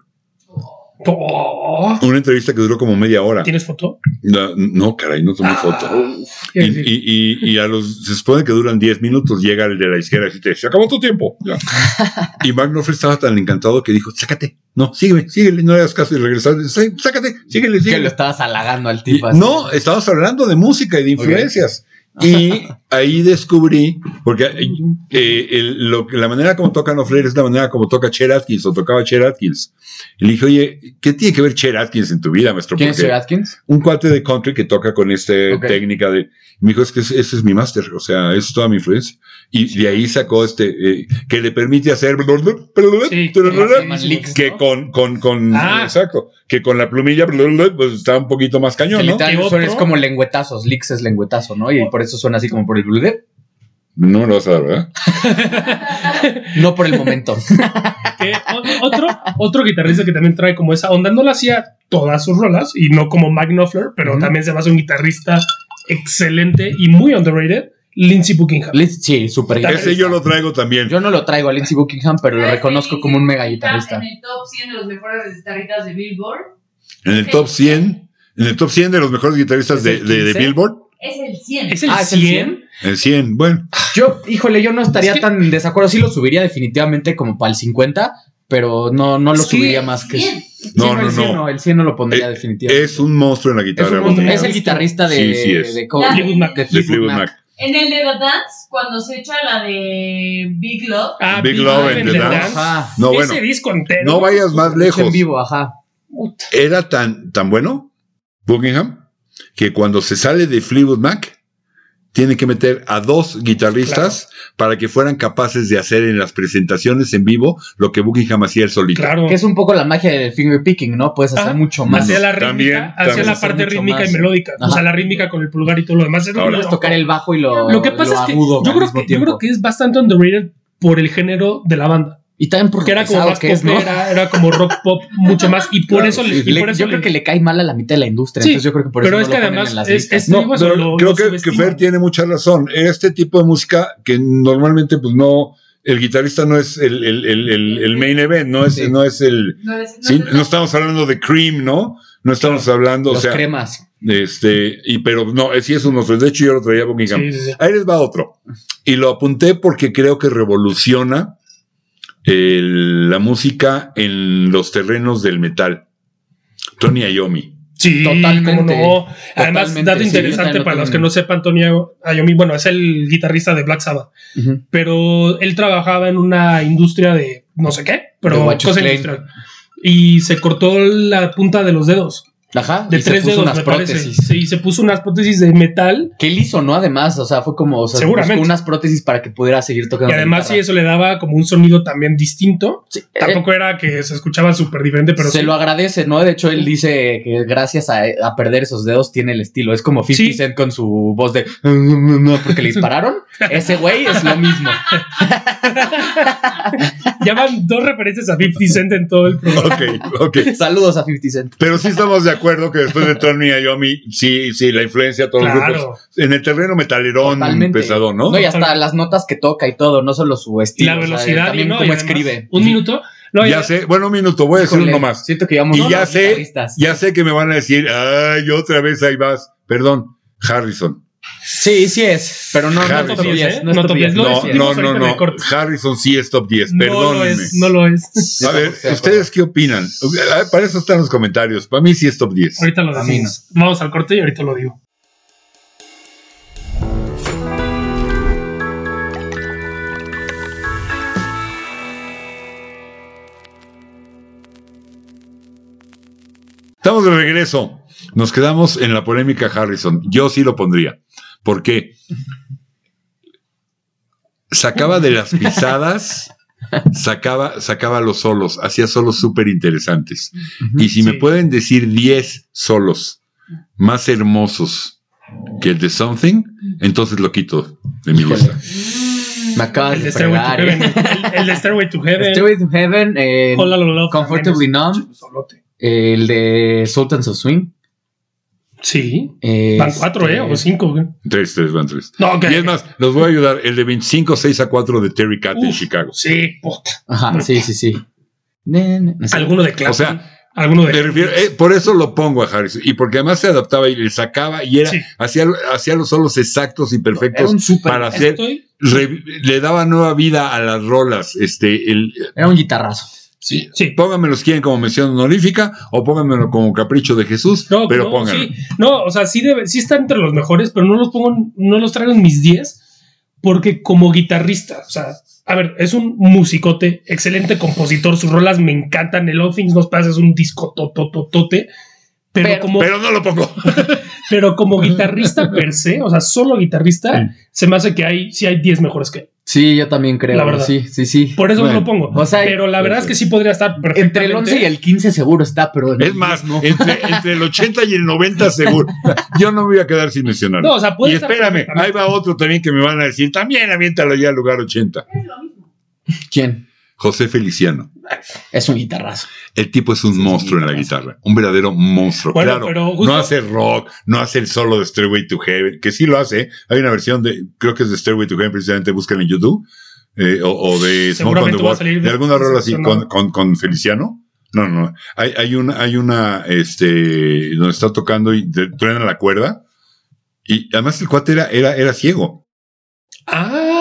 Speaker 3: Oh,
Speaker 1: Una entrevista que duró como media hora.
Speaker 3: ¿Tienes foto?
Speaker 1: La- No, caray, no tomé
Speaker 3: Ah,
Speaker 1: foto. Y,
Speaker 3: quiero decir,
Speaker 1: y- y- y a los, se supone que duran 10 minutos, llega el de la izquierda y te se acabó tu tiempo. Ya. y Mark Knopfler estaba tan encantado que dijo, sácate, no, sígueme, síguele, no le hagas caso y regresar, "Sí, sácate, síguele,
Speaker 2: Que lo
Speaker 1: síguele.
Speaker 2: estabas halagando al
Speaker 1: Y-
Speaker 2: tipo. así.
Speaker 1: no, estabas hablando de música y de influencias. Y ahí descubrí, porque eh, el- lo que- la manera como toca Knopfler es la manera como toca Cher Atkins o tocaba Cher Atkins. Y le dije, oye, ¿qué tiene que ver Cher Atkins en tu vida, maestro?
Speaker 2: ¿Quién es
Speaker 1: Porque-
Speaker 2: Sir Atkins?
Speaker 1: un cuate de country que toca con esta
Speaker 2: Ok.
Speaker 1: técnica de. Me dijo, es que ese, ese es mi máster, o sea, es toda mi influencia. Y de ahí sacó este, eh, que le permite hacer.
Speaker 3: Sí,
Speaker 2: Llaman
Speaker 3: sí,
Speaker 2: leaks,
Speaker 1: que
Speaker 2: ¿no?
Speaker 1: con, con, con
Speaker 3: Ah.
Speaker 1: exacto, que con la plumilla pues está un poquito más
Speaker 2: Que
Speaker 1: cañón, ¿no?
Speaker 2: literal,
Speaker 3: ¿Y
Speaker 2: eso
Speaker 3: otro?
Speaker 2: es como lengüetazos, leaks es lengüetazo, ¿no? Y por eso suena así como por el blue
Speaker 1: No me lo vas a dar, ¿verdad?
Speaker 2: No por el momento.
Speaker 3: que o- otro, otro guitarrista que también trae como esa onda, no la hacía todas sus rolas y no como Mike Knopfler, pero
Speaker 2: Ujú.
Speaker 3: también se me hace un guitarrista excelente y muy underrated, Lindsey Buckingham.
Speaker 2: Liz- sí, súper guitarrista.
Speaker 1: Ese yo lo traigo también.
Speaker 2: Yo no lo traigo a Lindsey Buckingham, pero lo reconozco como un mega guitarrista.
Speaker 4: En el top 100 de los mejores guitarristas de Billboard
Speaker 1: en el top 100, en el top 100 de los mejores guitarristas
Speaker 2: ¿Es
Speaker 1: de,
Speaker 2: el
Speaker 1: de- de
Speaker 2: 15?
Speaker 1: Billboard,
Speaker 4: es el 100.
Speaker 3: ¿Es el,
Speaker 2: Ah, ¿es el
Speaker 3: 100?
Speaker 1: el 100, bueno,
Speaker 2: Yo, híjole, yo no estaría
Speaker 3: Es que-
Speaker 2: tan en desacuerdo. Sí lo subiría definitivamente como para el 50, pero no, no lo
Speaker 3: Es que-
Speaker 2: subiría más que...
Speaker 4: 100.
Speaker 1: No,
Speaker 2: Sí,
Speaker 1: no,
Speaker 2: el 100
Speaker 1: no.
Speaker 2: El 100 no lo pondría
Speaker 1: Eh,
Speaker 2: definitivamente.
Speaker 1: es un monstruo en la
Speaker 2: Es
Speaker 1: guitarra.
Speaker 2: un-
Speaker 1: Rodrigo.
Speaker 2: es el guitarrista de...
Speaker 1: Sí, sí es.
Speaker 2: de Cole-
Speaker 4: Fleetwood Mac.
Speaker 2: de
Speaker 1: de
Speaker 2: Fleetwood
Speaker 1: Fleetwood
Speaker 2: Mac.
Speaker 1: Mac.
Speaker 4: En el de The Dance, cuando se echa la de Big Love,
Speaker 3: Ah,
Speaker 1: Big Love and
Speaker 3: and
Speaker 1: the Dance.
Speaker 2: Ajá.
Speaker 1: No,
Speaker 3: Ese
Speaker 1: bueno,
Speaker 3: disco entero.
Speaker 1: no vayas más
Speaker 2: Es En
Speaker 1: lejos.
Speaker 2: vivo, ajá.
Speaker 3: Puta.
Speaker 1: era tan, tan bueno, Buckingham, que cuando se sale de Fleetwood Mac, tiene que meter a dos guitarristas para que fueran capaces de hacer en las presentaciones en vivo lo que Buckingham hacía el solito.
Speaker 3: Claro.
Speaker 2: Que es un poco la magia del finger picking, ¿no? Puedes hacer
Speaker 3: Ajá.
Speaker 2: mucho más.
Speaker 3: Hacia la rítmica,
Speaker 1: También,
Speaker 3: hacia
Speaker 1: también.
Speaker 3: la parte
Speaker 2: Mucho
Speaker 3: rítmica
Speaker 2: más.
Speaker 3: y melódica. O
Speaker 2: Ajá.
Speaker 3: sea, la rítmica con el pulgar y todo lo demás. Es lo
Speaker 1: Ahora,
Speaker 3: que
Speaker 2: Puedes
Speaker 3: yo-
Speaker 2: tocar el bajo y lo
Speaker 3: Lo que pasa
Speaker 2: lo
Speaker 3: es que
Speaker 2: agudo
Speaker 3: yo
Speaker 2: al
Speaker 3: creo
Speaker 2: mismo
Speaker 3: que, yo creo
Speaker 2: tiempo.
Speaker 3: que es bastante underrated por el género de la banda.
Speaker 2: Y también porque
Speaker 3: Porque era como
Speaker 2: pesado
Speaker 3: más
Speaker 2: que es, ¿no?
Speaker 3: popera, era, como rock pop mucho más. Y por
Speaker 1: Claro,
Speaker 3: eso, le-
Speaker 1: sí,
Speaker 3: y
Speaker 2: Le-
Speaker 3: por eso
Speaker 2: yo
Speaker 3: le-
Speaker 2: creo que le cae mal a la mitad de la industria.
Speaker 3: Sí,
Speaker 2: entonces yo creo que por
Speaker 3: pero
Speaker 2: eso
Speaker 3: es
Speaker 2: no
Speaker 3: que
Speaker 2: lo ponen
Speaker 3: además
Speaker 2: en las
Speaker 3: es-
Speaker 2: listas.
Speaker 3: es-
Speaker 1: No,
Speaker 3: Sí, pues,
Speaker 1: pero
Speaker 3: lo-
Speaker 1: creo
Speaker 3: lo
Speaker 1: que, que
Speaker 3: subestiman.
Speaker 1: Fer tiene mucha razón. Este tipo de música que normalmente, pues no, el guitarrista no es el, el- el- el- el main event, no es,
Speaker 2: Sí.
Speaker 1: no es el.
Speaker 4: no les
Speaker 1: sí, no estamos hablando de Cream, ¿no? No estamos hablando, o
Speaker 2: Los
Speaker 1: sea,
Speaker 2: cremas.
Speaker 1: este, y pero no, eh, sí es un monstruo. De hecho, yo lo traía a Buckingham.
Speaker 3: Sí, sí, sí.
Speaker 1: Ahí les va otro. Y lo apunté porque creo que revoluciona el- la música en los terrenos del metal. Tony Iommi.
Speaker 3: Sí,
Speaker 2: Totalmente.
Speaker 3: cómo no. Además,
Speaker 2: Totalmente,
Speaker 3: dato
Speaker 2: sí,
Speaker 3: interesante
Speaker 2: yo también lo
Speaker 3: para los
Speaker 2: tengo.
Speaker 3: que no sepan, Tony Iommi, bueno, es el guitarrista de Black Sabbath,
Speaker 2: Ujú.
Speaker 3: pero él trabajaba en una industria de no sé qué,
Speaker 2: De
Speaker 3: pero
Speaker 2: Watch
Speaker 3: cosa
Speaker 2: Plane.
Speaker 3: industrial. Y se cortó la punta de los dedos,
Speaker 2: Ajá.
Speaker 3: de
Speaker 2: y se
Speaker 3: tres
Speaker 2: puso
Speaker 3: dedos,
Speaker 2: unas
Speaker 3: me parece.
Speaker 2: prótesis.
Speaker 3: Sí, se puso unas prótesis de metal
Speaker 2: Que él hizo, ¿no? Además, o sea, fue como. O sea,
Speaker 3: Seguramente.
Speaker 2: buscó unas prótesis para que pudiera seguir tocando.
Speaker 3: y además sí,
Speaker 2: guitarra.
Speaker 3: eso le daba como un sonido también distinto.
Speaker 2: Sí, eh,
Speaker 3: Tampoco era que se escuchaba súper diferente, pero
Speaker 2: se
Speaker 3: sí.
Speaker 2: lo agradece, ¿no? De hecho, él dice que gracias a, a perder esos dedos tiene el estilo. Es como 50
Speaker 3: Sí.
Speaker 2: Cent con su voz de. "No", Porque le dispararon. Ese güey es lo mismo.
Speaker 3: Ya van dos referencias a 50 Cent en todo el programa.
Speaker 1: Ok, ok.
Speaker 2: Saludos a 50 Cent.
Speaker 1: Pero sí estamos de acuerdo que después de Tony Iommi, sí, sí, la influencia de todos los grupos.
Speaker 3: Claro.
Speaker 1: En el terreno metalerón
Speaker 2: Totalmente.
Speaker 1: pesadón, ¿no?
Speaker 2: No, y hasta las notas que toca y todo, no solo su
Speaker 3: Y
Speaker 2: estilo.
Speaker 3: la
Speaker 2: o sea,
Speaker 3: velocidad y
Speaker 2: también
Speaker 3: no, y
Speaker 2: cómo
Speaker 3: además,
Speaker 2: escribe.
Speaker 3: Un minuto. No,
Speaker 1: ya sé, bueno, un minuto, voy a decir
Speaker 2: Híjole,
Speaker 1: uno más.
Speaker 2: Siento que llevamos
Speaker 1: Y
Speaker 2: dos
Speaker 1: ya sé-
Speaker 2: guitarristas.
Speaker 1: Ya sé que me van a decir, ay, otra vez ahí vas. Perdón, Harrison.
Speaker 2: Sí, sí es, pero no, no
Speaker 1: Harrison.
Speaker 2: top 10. No,
Speaker 3: No
Speaker 2: top
Speaker 3: top
Speaker 2: 10.
Speaker 3: 10, Lo
Speaker 1: No,
Speaker 3: decimos
Speaker 1: no,
Speaker 3: ahorita
Speaker 1: no,
Speaker 3: en
Speaker 1: no.
Speaker 3: el corte.
Speaker 1: Harrison sí es top 10,
Speaker 3: No lo
Speaker 1: perdónenme.
Speaker 3: es. No lo es.
Speaker 1: A ver,
Speaker 2: Estoy de acuerdo.
Speaker 1: ¿ustedes qué opinan? Ah, Para eso están los comentarios. Para mí sí es top 10.
Speaker 3: Ahorita lo
Speaker 2: A mí
Speaker 3: decimos. Vamos al corte y ahorita lo digo.
Speaker 1: Estamos de regreso. Nos quedamos en la polémica Harrison. Yo sí lo pondría. ¿Por qué? Sacaba de las pisadas, sacaba, sacaba los solos, hacía solos súper interesantes. Y si me
Speaker 3: Sí.
Speaker 1: pueden decir 10 solos más hermosos que el de Something, entonces lo quito de mi
Speaker 2: Híjole.
Speaker 1: lista.
Speaker 2: Me acabas
Speaker 3: El de
Speaker 2: de
Speaker 3: Stairway
Speaker 2: fregar.
Speaker 3: to
Speaker 2: eh.
Speaker 3: Heaven. El, el de Stairway to Heaven.
Speaker 2: Stairway to Heaven, eh,
Speaker 3: Hola, Lolo.
Speaker 2: Comfortably Numb, el de Sultans of Swing.
Speaker 3: Sí.
Speaker 2: eh,
Speaker 3: Van cuatro,
Speaker 2: este,
Speaker 3: ¿eh? O cinco, güey.
Speaker 1: Tres, tres, van tres.
Speaker 3: No, que.
Speaker 1: Y es más, los voy a ayudar. El de 25, 6 a 4 de Terry Cat en
Speaker 3: Uf.
Speaker 1: Chicago.
Speaker 3: Sí, puta.
Speaker 2: Ajá, sí, sí, sí. Ne- ne- no sé.
Speaker 3: Alguno de
Speaker 1: O
Speaker 3: Clapton.
Speaker 1: sea,
Speaker 3: alguno de.
Speaker 1: Me refiero- eh, por eso lo pongo a Harrison. Y porque además se adaptaba y le sacaba y era
Speaker 3: Sí.
Speaker 1: hacía, hacía los solos exactos y
Speaker 2: Era
Speaker 1: perfectos
Speaker 2: un super.
Speaker 1: para hacer.
Speaker 3: Estoy.
Speaker 1: re- le daba nueva vida a las rolas. Este, el,
Speaker 2: Era un guitarrazo.
Speaker 3: Sí. Sí.
Speaker 1: pónganmelo si quieren como mención honorífica o pónganmelo como capricho de Jesús,
Speaker 3: No,
Speaker 1: pero
Speaker 3: no,
Speaker 1: pónganlo.
Speaker 3: sí. No, o sea, sí, debe, sí está entre los mejores, pero no los pongo, en- no los traigo en mis 10, porque como guitarrista, o sea, a ver, es un musicote, excelente compositor, sus rolas me encantan, el All Things Must Pass es un disco totototote, pero,
Speaker 2: Pero-
Speaker 3: como, pero,
Speaker 1: Pero no lo pongo.
Speaker 3: como guitarrista per se, o sea, solo guitarrista, se me hace que hay, sí hay 10 mejores que él.
Speaker 2: Sí, yo también creo.
Speaker 3: La verdad.
Speaker 2: Sí, sí, sí.
Speaker 3: Por eso no
Speaker 1: Bueno, pues
Speaker 3: lo pongo.
Speaker 2: o sea,
Speaker 3: pero la verdad es que sí podría estar perfectamente.
Speaker 2: Entre el 11 y el 15 seguro está, pero.
Speaker 1: Es más, entre, entre el 80 y el 90 seguro. Yo no me voy a quedar sin mencionarlo.
Speaker 3: No, o sea, puede
Speaker 1: y
Speaker 3: estar
Speaker 1: espérame,
Speaker 3: perfectamente.
Speaker 1: ahí va otro también que me van a decir, también aviéntalo ya al lugar 80.
Speaker 4: Es lo mismo.
Speaker 2: ¿Quién?
Speaker 1: José Feliciano.
Speaker 2: Es un guitarrazo.
Speaker 1: El tipo es un
Speaker 2: Sí,
Speaker 1: monstruo en la
Speaker 2: sí.
Speaker 1: guitarra, un verdadero monstruo.
Speaker 3: Bueno,
Speaker 1: claro,
Speaker 3: pero justo-
Speaker 1: no hace rock, no hace el solo de Stairway to Heaven, que sí lo hace. Hay una versión de, creo que es de Stairway to Heaven, precisamente buscan en YouTube, eh, o, o de Smoke on the
Speaker 3: Seguramente va a
Speaker 1: Water,
Speaker 3: salir
Speaker 1: de alguna rola así, con,
Speaker 3: decepcionado.
Speaker 1: con, con Feliciano. No, no, no. Hay, hay una, hay una, este, donde está tocando y te- truena la cuerda. Y además el cuate era, era, era ciego.
Speaker 3: Ah,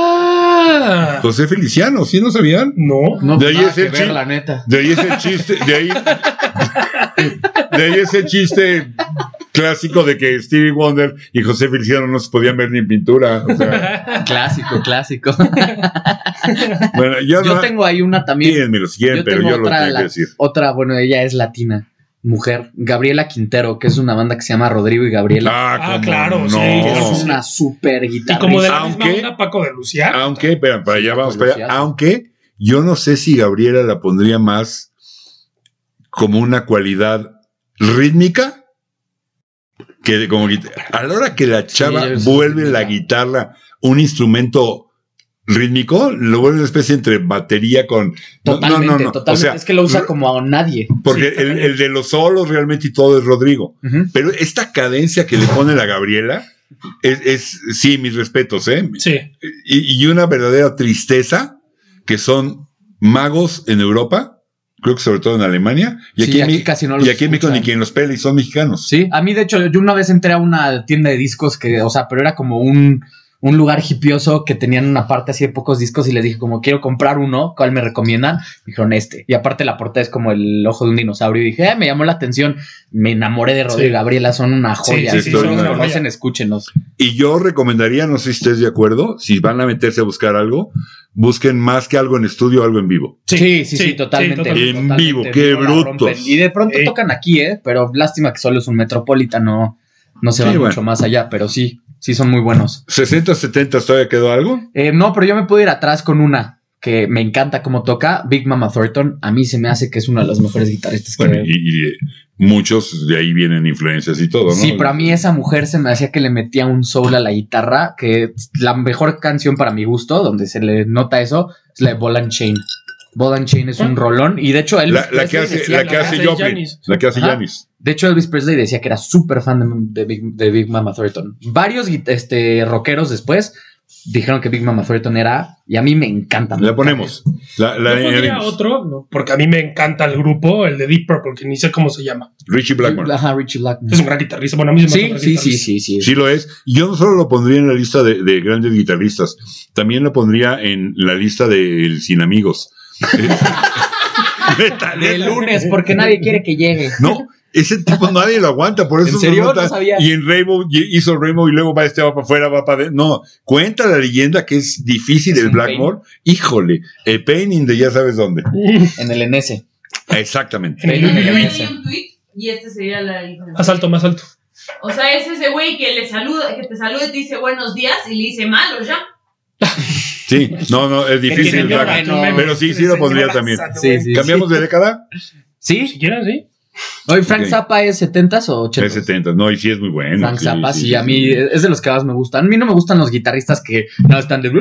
Speaker 1: José Feliciano, ¿sí no sabían?
Speaker 3: no.
Speaker 2: No,
Speaker 1: De ahí
Speaker 2: nada
Speaker 1: es el
Speaker 2: que ver,
Speaker 1: chi-
Speaker 2: la neta.
Speaker 1: De ahí ese chiste, de ahí, de ahí ese chiste clásico de que Stevie Wonder y José Feliciano no se podían ver ni en pintura. o sea,
Speaker 2: Clásico, clásico.
Speaker 1: bueno, yo,
Speaker 2: Yo
Speaker 1: no.
Speaker 2: tengo ahí una también.
Speaker 1: Mírenmelo si quieren,
Speaker 2: yo
Speaker 1: pero
Speaker 2: tengo
Speaker 1: yo lo
Speaker 2: otra,
Speaker 1: tengo
Speaker 2: la-
Speaker 1: que decir.
Speaker 2: Otra, bueno, ella es latina, mujer. Gabriela Quintero, que es una banda que se llama Rodrigo y Gabriela.
Speaker 1: Ah,
Speaker 3: Ah,
Speaker 1: cómo
Speaker 3: claro,
Speaker 1: no.
Speaker 3: sí, claro,
Speaker 2: Es
Speaker 3: sí.
Speaker 2: una super
Speaker 3: Y
Speaker 2: guitarrista.
Speaker 3: como de la
Speaker 1: Aunque- Ah.
Speaker 3: misma onda, Paco de Lucía.
Speaker 1: Aunque, espera, para allá vamos, para allá.
Speaker 2: Curiosidad.
Speaker 1: Aunque yo no sé si Gabriela la pondría más como una cualidad rítmica que de- como guitarra. A la hora que la chava
Speaker 2: yo sé
Speaker 1: vuelve la
Speaker 2: rítmica.
Speaker 1: guitarra un instrumento rítmico, lo vuelve una especie entre batería con... no, no, no,
Speaker 2: Totalmente,
Speaker 1: no,
Speaker 2: totalmente.
Speaker 1: O sea,
Speaker 2: es que lo usa como a nadie.
Speaker 1: porque
Speaker 3: Sí,
Speaker 1: el,
Speaker 3: totalmente.
Speaker 1: el de los solos realmente y todo es Rodrigo.
Speaker 2: Ujú.
Speaker 1: Pero esta cadencia que le pone la Gabriela es, es- sí, mis respetos, ¿eh?
Speaker 3: Sí.
Speaker 1: y, y una verdadera tristeza que son magos en Europa, creo que sobre todo en Alemania, y
Speaker 2: Sí,
Speaker 1: aquí, en
Speaker 2: aquí
Speaker 1: Mi-
Speaker 2: casi no
Speaker 1: y
Speaker 2: los
Speaker 1: aquí en México
Speaker 2: escuchan.
Speaker 1: ni quien los pele y son mexicanos.
Speaker 2: Sí, a mí de hecho yo una vez entré a una tienda de discos que, o sea, pero era como un, un lugar hipioso que tenían una parte así de pocos discos y les dije como quiero comprar uno, ¿cuál me recomiendan? Me dijeron este. Y aparte la portada es como el ojo de un dinosaurio y dije, "Eh, me llamó la atención, me enamoré de Rodrigo y
Speaker 3: Sí.
Speaker 2: Gabriela, son una
Speaker 3: Sí,
Speaker 2: joya.
Speaker 1: sí,
Speaker 2: Si
Speaker 1: sí,
Speaker 2: no
Speaker 1: son
Speaker 2: los
Speaker 1: una
Speaker 2: conocen,
Speaker 3: joya.
Speaker 2: escúchenos.
Speaker 1: Y yo recomendaría, no sé si estés de acuerdo, si van a meterse a buscar algo, busquen más que algo en estudio, algo en vivo.
Speaker 2: Sí, sí, sí,
Speaker 3: sí,
Speaker 2: totalmente.
Speaker 3: totalmente.
Speaker 1: En
Speaker 2: totalmente,
Speaker 1: vivo, qué
Speaker 2: la
Speaker 1: brutos.
Speaker 2: rompen. Y de pronto
Speaker 3: Ey.
Speaker 2: tocan aquí, ¿eh? Pero lástima que solo es un Metropolitan, no, no
Speaker 1: Sí,
Speaker 2: se va
Speaker 1: bueno.
Speaker 2: mucho más allá, pero sí, sí son muy buenos.
Speaker 1: 60, 70, ¿todavía quedó algo?
Speaker 2: Eh, no, pero yo me puedo ir atrás con una que me encanta cómo toca. Big Mama Thornton, a mí se me hace que es una de las mejores guitarristas que
Speaker 1: Bueno, y, y, eh, muchos de ahí vienen influencias y todo, ¿no?
Speaker 2: Sí, para mí esa mujer se me hacía que le metía un soul a la guitarra, que la mejor canción para mi gusto, donde se le nota eso, es la de Ball and Chain. Ball and Chain es un rolón y de hecho Elvis
Speaker 1: La, la que
Speaker 2: Presley
Speaker 1: hace,
Speaker 2: decía-
Speaker 1: la que hace Joplin,
Speaker 3: Janis.
Speaker 1: la que hace
Speaker 2: Ajá.
Speaker 1: Janis.
Speaker 2: De hecho Elvis Presley decía que era súper fan de, de Big, de Big Mama Thornton. Varios guit- este, rockeros después dijeron que Big Mama Thornton era y a mí me encanta. me
Speaker 1: La
Speaker 2: encanta.
Speaker 1: ponemos. La, la-
Speaker 3: Yo pondría otro, no, porque a mí me encanta el grupo, el de Deep Purple, que ni sé cómo se llama.
Speaker 1: Richie Blackmore.
Speaker 2: Ajá, Richie Blackmore.
Speaker 3: Es un gran guitarrista. Bueno, a mí se me hace
Speaker 2: Sí,
Speaker 3: un gran
Speaker 2: sí, sí,
Speaker 3: guitarrista.
Speaker 2: sí, sí.
Speaker 1: Sí lo es. Yo no solo lo pondría en la lista de, de grandes guitarristas, también lo pondría en la lista del Sin Amigos. Neta,
Speaker 2: De
Speaker 1: neta.
Speaker 2: lunes, porque nadie quiere que llegue.
Speaker 1: No, ese tipo nadie lo aguanta, por eso
Speaker 2: ¿En
Speaker 1: no
Speaker 2: serio?
Speaker 1: nota.
Speaker 2: No sabía.
Speaker 1: Y en Rainbow y- hizo Rainbow y luego va este va para afuera, va para adentro. No, cuenta la leyenda que es difícil
Speaker 2: Es
Speaker 1: el
Speaker 2: un
Speaker 1: Blackmore. Híjole, el painting de ya sabes dónde.
Speaker 2: En el NS.
Speaker 1: Exactamente.
Speaker 3: En el
Speaker 4: Yo
Speaker 2: Ujú.
Speaker 3: Ujú.
Speaker 4: leí un tweet y este sería la
Speaker 3: Más alto, más alto.
Speaker 4: O sea, es ese güey que le saluda, que te saluda y te dice buenos días y le dice malos ya.
Speaker 1: Sí, no, no, es difícil el
Speaker 2: tiene
Speaker 1: Blackmore.
Speaker 2: Blackmore.
Speaker 1: Pero sí, sí lo pondría también.
Speaker 2: Sí, sí.
Speaker 1: ¿Cambiamos de década?
Speaker 2: Sí,
Speaker 3: Si quieren, sí.
Speaker 2: Oye, Frank
Speaker 1: Ok.
Speaker 2: Zappa es 70s o 80s.
Speaker 1: Es 70. No, y sí es muy bueno.
Speaker 2: Frank
Speaker 1: sí,
Speaker 2: Zappa,
Speaker 1: sí,
Speaker 2: sí,
Speaker 1: sí,
Speaker 2: a
Speaker 1: sí.
Speaker 2: mí es de los que más me gustan. A mí no me gustan los guitarristas que no están de.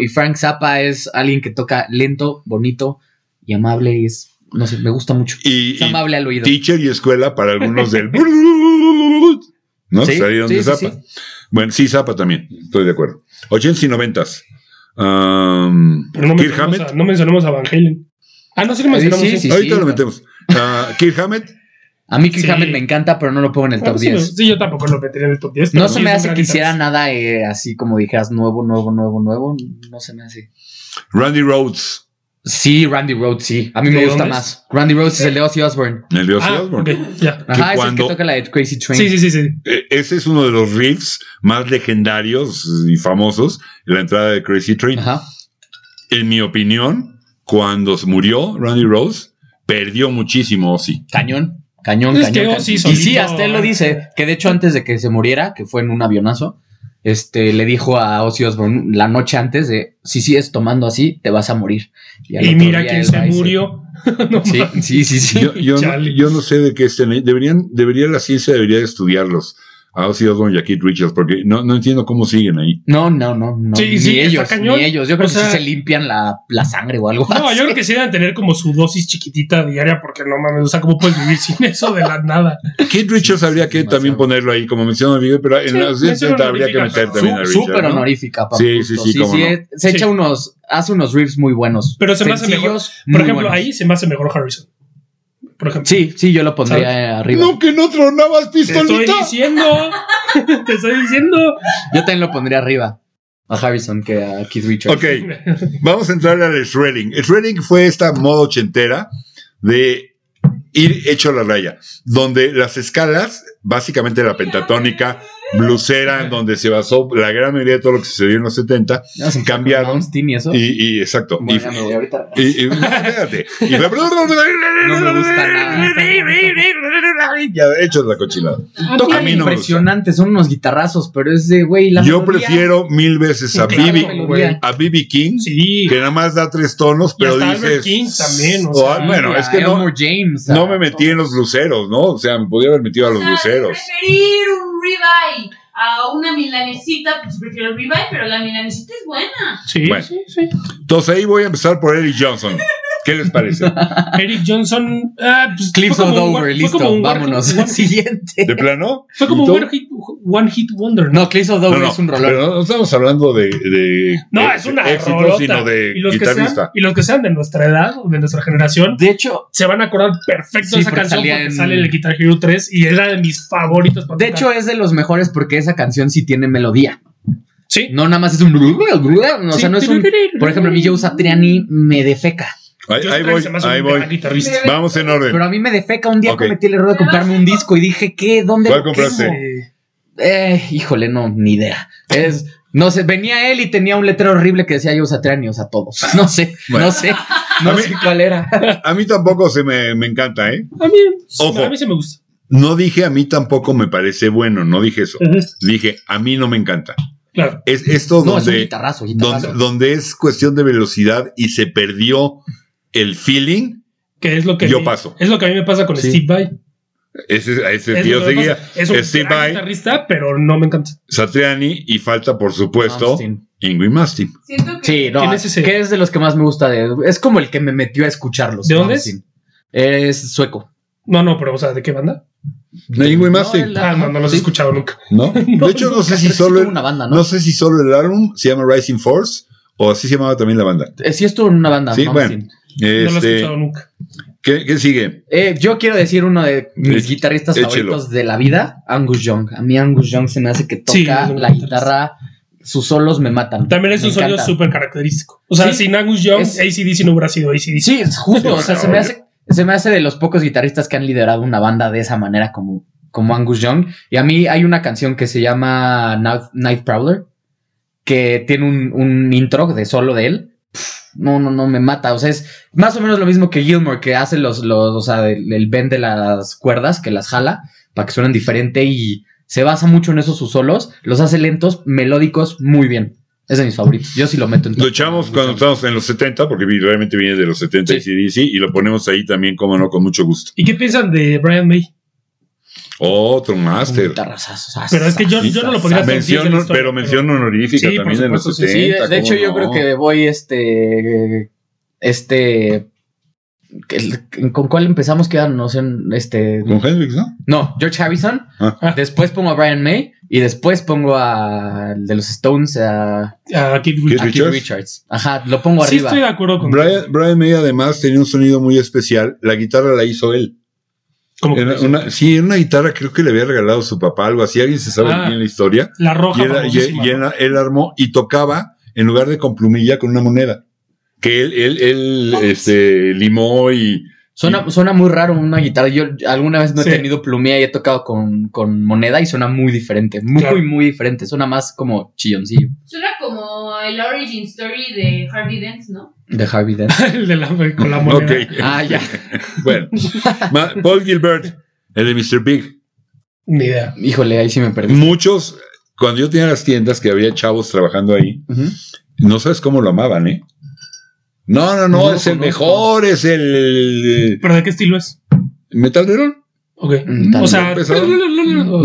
Speaker 2: Y Frank Zappa es alguien que toca lento, bonito y amable. Y es, no sé, me gusta mucho.
Speaker 1: Y,
Speaker 2: Es
Speaker 1: y
Speaker 2: amable al oído.
Speaker 1: teacher y escuela para algunos del. ¿No?
Speaker 2: Sí,
Speaker 1: Salieron
Speaker 2: sí,
Speaker 1: de
Speaker 2: sí,
Speaker 1: Zappa. Bueno, sí, Zappa también. Estoy de acuerdo. 80 y 90. Um,
Speaker 3: Pero no
Speaker 1: Kirk
Speaker 3: mencionamos,
Speaker 1: Hammett.
Speaker 3: a, no mencionamos a Van Halen. Ah, no, sí lo
Speaker 2: Sí,
Speaker 3: mencionamos.
Speaker 2: sí,
Speaker 3: ¿eh?
Speaker 2: sí.
Speaker 1: Ahorita lo
Speaker 2: claro.
Speaker 1: metemos. Ah, Kirk Hammett.
Speaker 2: A mí Kirk
Speaker 3: Sí.
Speaker 2: Hammett me encanta, pero no lo pongo en el
Speaker 3: Ah,
Speaker 2: top
Speaker 3: sí,
Speaker 2: 10.
Speaker 3: sí, yo tampoco lo metería en el top 10. pero
Speaker 2: No
Speaker 3: sí
Speaker 2: se
Speaker 3: es
Speaker 2: me
Speaker 3: un
Speaker 2: hace
Speaker 3: gran
Speaker 2: que hiciera
Speaker 3: guitarrista.
Speaker 2: nada eh, así como dijeras nuevo, nuevo, nuevo, nuevo. No se me hace.
Speaker 1: Randy Rhodes.
Speaker 2: Sí, Randy Rhodes, sí. A mí
Speaker 3: ¿De
Speaker 2: me gusta
Speaker 3: dónde es?
Speaker 2: más. Randy Rhodes es el de Ozzy Osbourne.
Speaker 1: El de Ozzy
Speaker 3: Ah,
Speaker 1: Osbourne.
Speaker 3: ok, ya.
Speaker 1: Que
Speaker 2: Ajá, es el que
Speaker 1: cuando-
Speaker 2: toca la de Crazy Train.
Speaker 3: Sí, sí, sí, sí.
Speaker 1: E- Ese es uno de los riffs más legendarios y famosos. La entrada de Crazy Train.
Speaker 2: Ajá.
Speaker 1: En mi opinión, cuando se murió Randy Rhodes, perdió muchísimo Ozzy.
Speaker 2: Cañón, cañón,
Speaker 3: Es que
Speaker 2: cañón. cañón.
Speaker 3: Ozzy
Speaker 2: y
Speaker 3: solito-
Speaker 2: sí, hasta él lo dice. Que de hecho, antes de que se muriera, que fue en un avionazo, este, le dijo a Ozzy Osbourne la noche antes de si sigues tomando así, te vas a morir. al
Speaker 3: Y
Speaker 2: otro
Speaker 3: mira
Speaker 2: día
Speaker 3: quién
Speaker 2: él
Speaker 3: se
Speaker 2: va y
Speaker 3: murió. No
Speaker 2: Sí,
Speaker 3: mames.
Speaker 2: sí, sí, sí.
Speaker 1: Yo, yo no,
Speaker 3: Chale.
Speaker 1: yo no sé de qué estén ahí. Deberían, debería la ciencia debería de estudiarlos a Ozzy Osbourne y a Keith Richards, porque no, no entiendo cómo siguen ahí.
Speaker 2: No, no, no, no.
Speaker 3: Sí,
Speaker 2: ni
Speaker 3: sí, está
Speaker 2: ellos,
Speaker 3: cañón.
Speaker 2: ni ellos. Yo creo
Speaker 3: O
Speaker 2: que
Speaker 3: sea-
Speaker 2: sí se limpian la, la sangre o algo
Speaker 3: No,
Speaker 2: así.
Speaker 3: yo creo que sí deben tener como su dosis chiquitita diaria, porque no mames, o sea, ¿cómo puedes vivir sin eso de la nada?
Speaker 1: Keith Richards habría que
Speaker 2: demasiado.
Speaker 1: también ponerlo ahí, como mencionó Miguel, pero en
Speaker 3: Sí,
Speaker 1: la
Speaker 3: mención
Speaker 1: 60 habría que
Speaker 3: honorífica,
Speaker 1: meter
Speaker 3: pero-
Speaker 1: también a
Speaker 2: Sú-
Speaker 1: Richards.
Speaker 2: Súper
Speaker 1: ¿no?
Speaker 2: honorífica, papá.
Speaker 1: Sí, sí, sí, cómo no.
Speaker 2: es- Se
Speaker 3: Sí.
Speaker 2: echa unos, hace unos riffs muy buenos.
Speaker 3: Pero se me hace mejor.
Speaker 2: Sencillos,
Speaker 3: Por
Speaker 2: muy
Speaker 3: ejemplo,
Speaker 2: buenos.
Speaker 3: ahí se me hace mejor Harrison. Por ejemplo.
Speaker 2: Sí, sí, yo lo pondría arriba.
Speaker 1: No, que no tronabas
Speaker 3: Te estoy
Speaker 1: pistolita.
Speaker 3: diciendo. te estoy diciendo.
Speaker 2: Yo también lo pondría arriba a Harrison que a Keith Richards.
Speaker 1: Ok, vamos a entrar al shredding. El shredding fue esta moda ochentera de ir hecho a la raya, donde las escalas, básicamente la pentatónica, blusera, en donde se basó la gran mayoría de todo lo que sucedió en los 70,
Speaker 2: Ya se
Speaker 1: cambiaron.
Speaker 2: Malmsteen y eso.
Speaker 1: y, y- exacto.
Speaker 2: Bueno, ya me voy ahorita.
Speaker 1: y, y- y- no, espérate. Y la-
Speaker 2: me gusta nada.
Speaker 1: Ya, hecho la cochinada.
Speaker 2: Tocan
Speaker 1: a mí no me
Speaker 2: Ah, impresionante, son unos guitarrazos, pero es de, güey, la
Speaker 1: Yo
Speaker 2: melodía-
Speaker 1: prefiero mil veces a
Speaker 2: Claro,
Speaker 1: Bibi,
Speaker 2: melodía.
Speaker 1: a BB King,
Speaker 3: Sí.
Speaker 1: que nada más da tres tonos,
Speaker 3: Y
Speaker 1: pero
Speaker 3: hasta Albert
Speaker 1: dices.
Speaker 3: King también. O
Speaker 1: "Oh,
Speaker 3: sea,
Speaker 1: bueno,
Speaker 2: a
Speaker 1: es que no,
Speaker 2: Ah, Elmore James. ah, a-
Speaker 1: no me metí en los luceros, ¿no? O sea, me podía haber metido a los
Speaker 4: O sea,
Speaker 1: luceros.
Speaker 4: Preferir un ribeye a una milanesita, pues prefiero el ribeye, pero la milanesita es buena.
Speaker 3: Sí,
Speaker 1: Bueno.
Speaker 3: sí, sí.
Speaker 1: Entonces ahí voy a empezar por Eric Johnson. ¿Qué les parece?
Speaker 3: Eric Johnson. Ah, pues,
Speaker 2: Clips
Speaker 3: fue
Speaker 2: of
Speaker 3: como un
Speaker 2: Dover,
Speaker 3: one- fue
Speaker 2: listo,
Speaker 3: como un one-
Speaker 2: vámonos.
Speaker 3: one-
Speaker 2: Siguiente.
Speaker 1: ¿De plano?
Speaker 3: Fue como
Speaker 1: ¿Y
Speaker 3: un
Speaker 1: tú?
Speaker 3: one hit, one hit wonder, ¿no?
Speaker 2: No, Clips of Dover
Speaker 1: No, no,
Speaker 2: es un rolón.
Speaker 1: pero no estamos hablando de, de-
Speaker 3: No,
Speaker 1: de
Speaker 3: es una
Speaker 1: éxito,
Speaker 3: rolota.
Speaker 1: sino de
Speaker 3: y, los que sean,
Speaker 1: guitarrista.
Speaker 3: y los que sean de nuestra edad o de nuestra generación
Speaker 2: De hecho,
Speaker 3: se van a acordar perfecto
Speaker 2: Sí,
Speaker 3: de esa
Speaker 2: porque
Speaker 3: canción
Speaker 2: salía
Speaker 3: porque
Speaker 2: en-
Speaker 3: sale en el Guitar Hero 3 y era de mis favoritos. para
Speaker 2: de
Speaker 3: tocar.
Speaker 2: hecho es de los mejores porque esa canción sí tiene melodía.
Speaker 3: sí.
Speaker 2: No nada más es un... O sea,
Speaker 3: Sí.
Speaker 2: no es un... Por ejemplo, a mí Joe Satriani me defeca.
Speaker 1: Ahí,
Speaker 3: Joe
Speaker 1: ahí
Speaker 3: Satriani
Speaker 1: voy,
Speaker 3: se me hace un
Speaker 1: ahí
Speaker 3: gran
Speaker 1: voy.
Speaker 3: guitarrista.
Speaker 4: Pero-
Speaker 1: Vamos en orden.
Speaker 2: Pero a mí me defeca. Un día
Speaker 1: Ok.
Speaker 2: cometí el error de comprarme un disco y dije, ¿qué? ¿Dónde?
Speaker 1: ¿Cuál
Speaker 2: lo
Speaker 1: compraste?
Speaker 2: quemo? Eh, híjole, no, ni idea. Es, no sé, venía él y tenía un letrero horrible que decía yo Satriani, o sea, todos. No sé,
Speaker 1: Bueno.
Speaker 2: no sé, no
Speaker 1: A mí-
Speaker 2: sé cuál era.
Speaker 1: A mí tampoco se me, me encanta, ¿eh?
Speaker 3: A mí,
Speaker 1: Ojo.
Speaker 3: a mí se me gusta.
Speaker 1: No dije a mí tampoco me parece bueno, no dije eso.
Speaker 3: Ujú,
Speaker 1: Dije, a mí no me encanta.
Speaker 3: Claro.
Speaker 1: Es esto
Speaker 2: No, es un
Speaker 1: donde,
Speaker 2: guitarrazo, guitarrazo.
Speaker 1: donde, donde es cuestión de velocidad y se perdió el feeling.
Speaker 3: Que es lo que.
Speaker 1: Yo
Speaker 3: a mí-
Speaker 1: paso.
Speaker 3: Es lo que a mí me pasa con
Speaker 2: Sí.
Speaker 3: Steve Vai.
Speaker 1: Ese, a ese
Speaker 3: Es
Speaker 1: tío
Speaker 3: lo que me
Speaker 1: seguía.
Speaker 3: pasa. Es un
Speaker 1: Steve
Speaker 3: gran
Speaker 1: Vai.
Speaker 3: guitarrista, pero no me encanta.
Speaker 1: Satriani y falta, por supuesto,
Speaker 2: Malmsteen.
Speaker 1: Ingrid Mastin.
Speaker 4: Siento que.
Speaker 2: Sí, no,
Speaker 3: ¿Quién es ese?
Speaker 2: que es de los que más me gusta. de- es como el que me metió a escucharlos.
Speaker 3: ¿De dónde es?
Speaker 2: Malmsteen. Es sueco.
Speaker 3: No, no, pero, o sea, ¿de qué banda?
Speaker 1: No, Ingrid
Speaker 2: él-
Speaker 1: Mastin,
Speaker 3: Ah, no, no los he
Speaker 2: Sí.
Speaker 3: escuchado nunca.
Speaker 1: ¿no? De hecho, no sé si solo el,
Speaker 2: una banda, ¿no?
Speaker 1: Ah, no sé si solo el álbum se llama Rising Force o así se llamaba también la banda.
Speaker 2: Eh, sí estuvo en una banda.
Speaker 1: Sí,
Speaker 2: Malmsteen.
Speaker 3: No los he
Speaker 1: Este,
Speaker 3: escuchado nunca.
Speaker 1: ¿qué, qué sigue?
Speaker 2: Eh, yo quiero decir uno de mis
Speaker 1: Éch-
Speaker 2: guitarristas
Speaker 1: échelo.
Speaker 2: favoritos de la vida, Angus Young. A mí Angus Young se me hace que toca
Speaker 3: Sí, es un
Speaker 2: la
Speaker 3: guitarrista.
Speaker 2: guitarra, sus solos me matan.
Speaker 3: También es
Speaker 2: Me
Speaker 3: un sonido
Speaker 2: encanta.
Speaker 3: súper característico. O sea,
Speaker 2: Sí.
Speaker 3: sin Angus Young,
Speaker 2: Es-
Speaker 3: ACDC no hubiera sido ACDC.
Speaker 2: Sí, es justo,
Speaker 1: Sí,
Speaker 2: o sea,
Speaker 1: bueno,
Speaker 2: se me,
Speaker 1: obvio.
Speaker 2: hace, se me hace de los pocos guitarristas que han liderado una banda de esa manera como, como Angus Young. Y a mí hay una canción que se llama Night, Night Prowler, que tiene un, un intro de solo de él. Pff, No, no, no, me mata. O sea, es más o menos lo mismo que Gilmore, que hace los, los o sea, el, el bend de las cuerdas, que las jala para que suenen diferente y se basa mucho en eso sus solos. Los hace lentos, melódicos, muy bien. Es de mis favoritos. Yo sí lo meto en top.
Speaker 1: Lo echamos cuando estábamos en los 70, porque vi- realmente viene de los 70 y
Speaker 2: Sí.
Speaker 1: CDC, y lo ponemos ahí también, como no, con mucho gusto.
Speaker 3: ¿Y qué piensan de Brian May?
Speaker 1: Otro
Speaker 2: Un
Speaker 1: máster.
Speaker 2: guitarrazazo.
Speaker 3: Pero es que yo- yo no lo podría hacer.
Speaker 1: Ah, Mención,
Speaker 3: Sí, la historia,
Speaker 1: pero mención honorífica
Speaker 3: Sí, por
Speaker 1: también de los
Speaker 3: supuesto,
Speaker 1: 70.
Speaker 3: sí,
Speaker 2: Sí, de, de
Speaker 1: ¿cómo
Speaker 2: hecho yo
Speaker 1: no?
Speaker 2: creo que voy este este que el- con cuál empezamos quedarnos en este
Speaker 1: Con Hendrix, ¿no?
Speaker 2: no, George Harrison,
Speaker 1: Ah.
Speaker 2: después pongo a Brian May y después pongo a al de los Stones a,
Speaker 3: A Kid
Speaker 1: Keith
Speaker 2: a Keith
Speaker 1: Richards.
Speaker 2: Richards. Ajá, lo pongo
Speaker 3: Sí,
Speaker 2: arriba.
Speaker 3: estoy de acuerdo con
Speaker 1: Brian, Brian May además tenía un sonido muy especial. La guitarra la hizo él.
Speaker 3: como que-
Speaker 1: Era una, sí, era una guitarra creo que le había regalado su papá, algo así. Alguien se sabe
Speaker 3: Ah.
Speaker 1: bien la historia.
Speaker 3: la
Speaker 1: Y,
Speaker 3: roja.
Speaker 1: él, y-
Speaker 3: famosísima,
Speaker 1: y
Speaker 3: ¿no?
Speaker 1: él, él armó y tocaba en lugar de con plumilla, con una moneda. Que él, él, él este, limó y...
Speaker 2: Suena, suena muy raro una guitarra. Yo alguna vez no
Speaker 3: Sí.
Speaker 2: he tenido plumilla y he tocado con, con moneda y suena muy diferente. Muy,
Speaker 3: Claro.
Speaker 2: muy diferente. Suena más como chilloncillo
Speaker 4: Suena como el origin story de Harvey Dent, ¿no?
Speaker 2: de Harvey Dent.
Speaker 3: el de la, con la moneda.
Speaker 1: Ok.
Speaker 2: Ah, ya.
Speaker 1: Bueno, Ma- Paul Gilbert, el de Mr. Big.
Speaker 3: Ni idea.
Speaker 2: Híjole, ahí sí me perdí.
Speaker 1: Muchos, cuando yo tenía las tiendas que había chavos trabajando ahí,
Speaker 2: Ujú.
Speaker 1: no sabes cómo lo amaban, ¿eh? No, no, no,
Speaker 2: No lo
Speaker 1: es el
Speaker 2: conozco.
Speaker 1: mejor, es el
Speaker 3: ¿Pero de qué estilo es?
Speaker 1: metalero.
Speaker 3: Ok.
Speaker 2: Mm,
Speaker 3: O
Speaker 2: tal
Speaker 3: sea.
Speaker 1: vez. Pesado.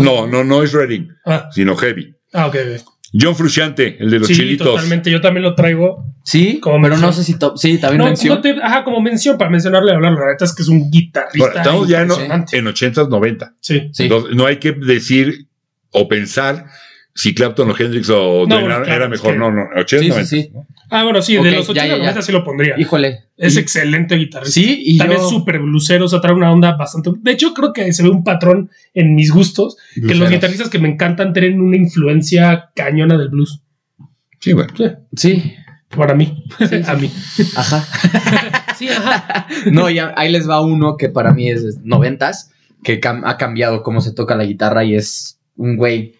Speaker 1: No, no, no es Redding,
Speaker 3: Ah,
Speaker 1: sino Heavy.
Speaker 3: ah, ok. ok.
Speaker 1: John Frusciante, el de los
Speaker 3: sí,
Speaker 1: chilitos.
Speaker 3: totalmente. Yo también lo traigo.
Speaker 2: Sí,
Speaker 3: Como
Speaker 2: pero
Speaker 3: mención.
Speaker 2: no sé si top. Sí, también
Speaker 3: No,
Speaker 2: mención.
Speaker 3: no te, ajá, como mención, para mencionarle y hablarlo. La neta es que es un guitarrista.
Speaker 1: Bueno, estamos ya en,
Speaker 3: impresionante.
Speaker 1: en 80s, 90.
Speaker 3: Sí.
Speaker 2: Sí.
Speaker 1: Entonces, no hay que decir o pensar si Clapton o Hendrix o
Speaker 3: No,
Speaker 1: Dylan
Speaker 3: bueno, claro,
Speaker 1: era mejor.
Speaker 3: es que-
Speaker 1: No, no, 80s,
Speaker 2: Sí, sí,
Speaker 1: 90s.
Speaker 2: sí.
Speaker 3: Ah, bueno, sí,
Speaker 2: Ok,
Speaker 3: de los
Speaker 2: ya,
Speaker 3: 80
Speaker 2: ya, ya.
Speaker 3: noventa sí lo pondría.
Speaker 2: Híjole.
Speaker 3: Es
Speaker 2: Y-
Speaker 3: excelente guitarrista.
Speaker 2: Sí, y
Speaker 3: También
Speaker 2: yo-
Speaker 3: súper blusero, o sea, trae una onda bastante. De hecho, creo que se ve un patrón en mis gustos. Que los
Speaker 1: Luceros.
Speaker 3: guitarristas que me encantan tienen una influencia cañona del blues.
Speaker 1: Sí, bueno.
Speaker 2: Sí,
Speaker 3: Para mí. a mí.
Speaker 2: ajá.
Speaker 3: Sí, ajá.
Speaker 2: No, ya, ahí les va uno que para mí es noventas, que cam- ha cambiado cómo se toca la guitarra y es un güey.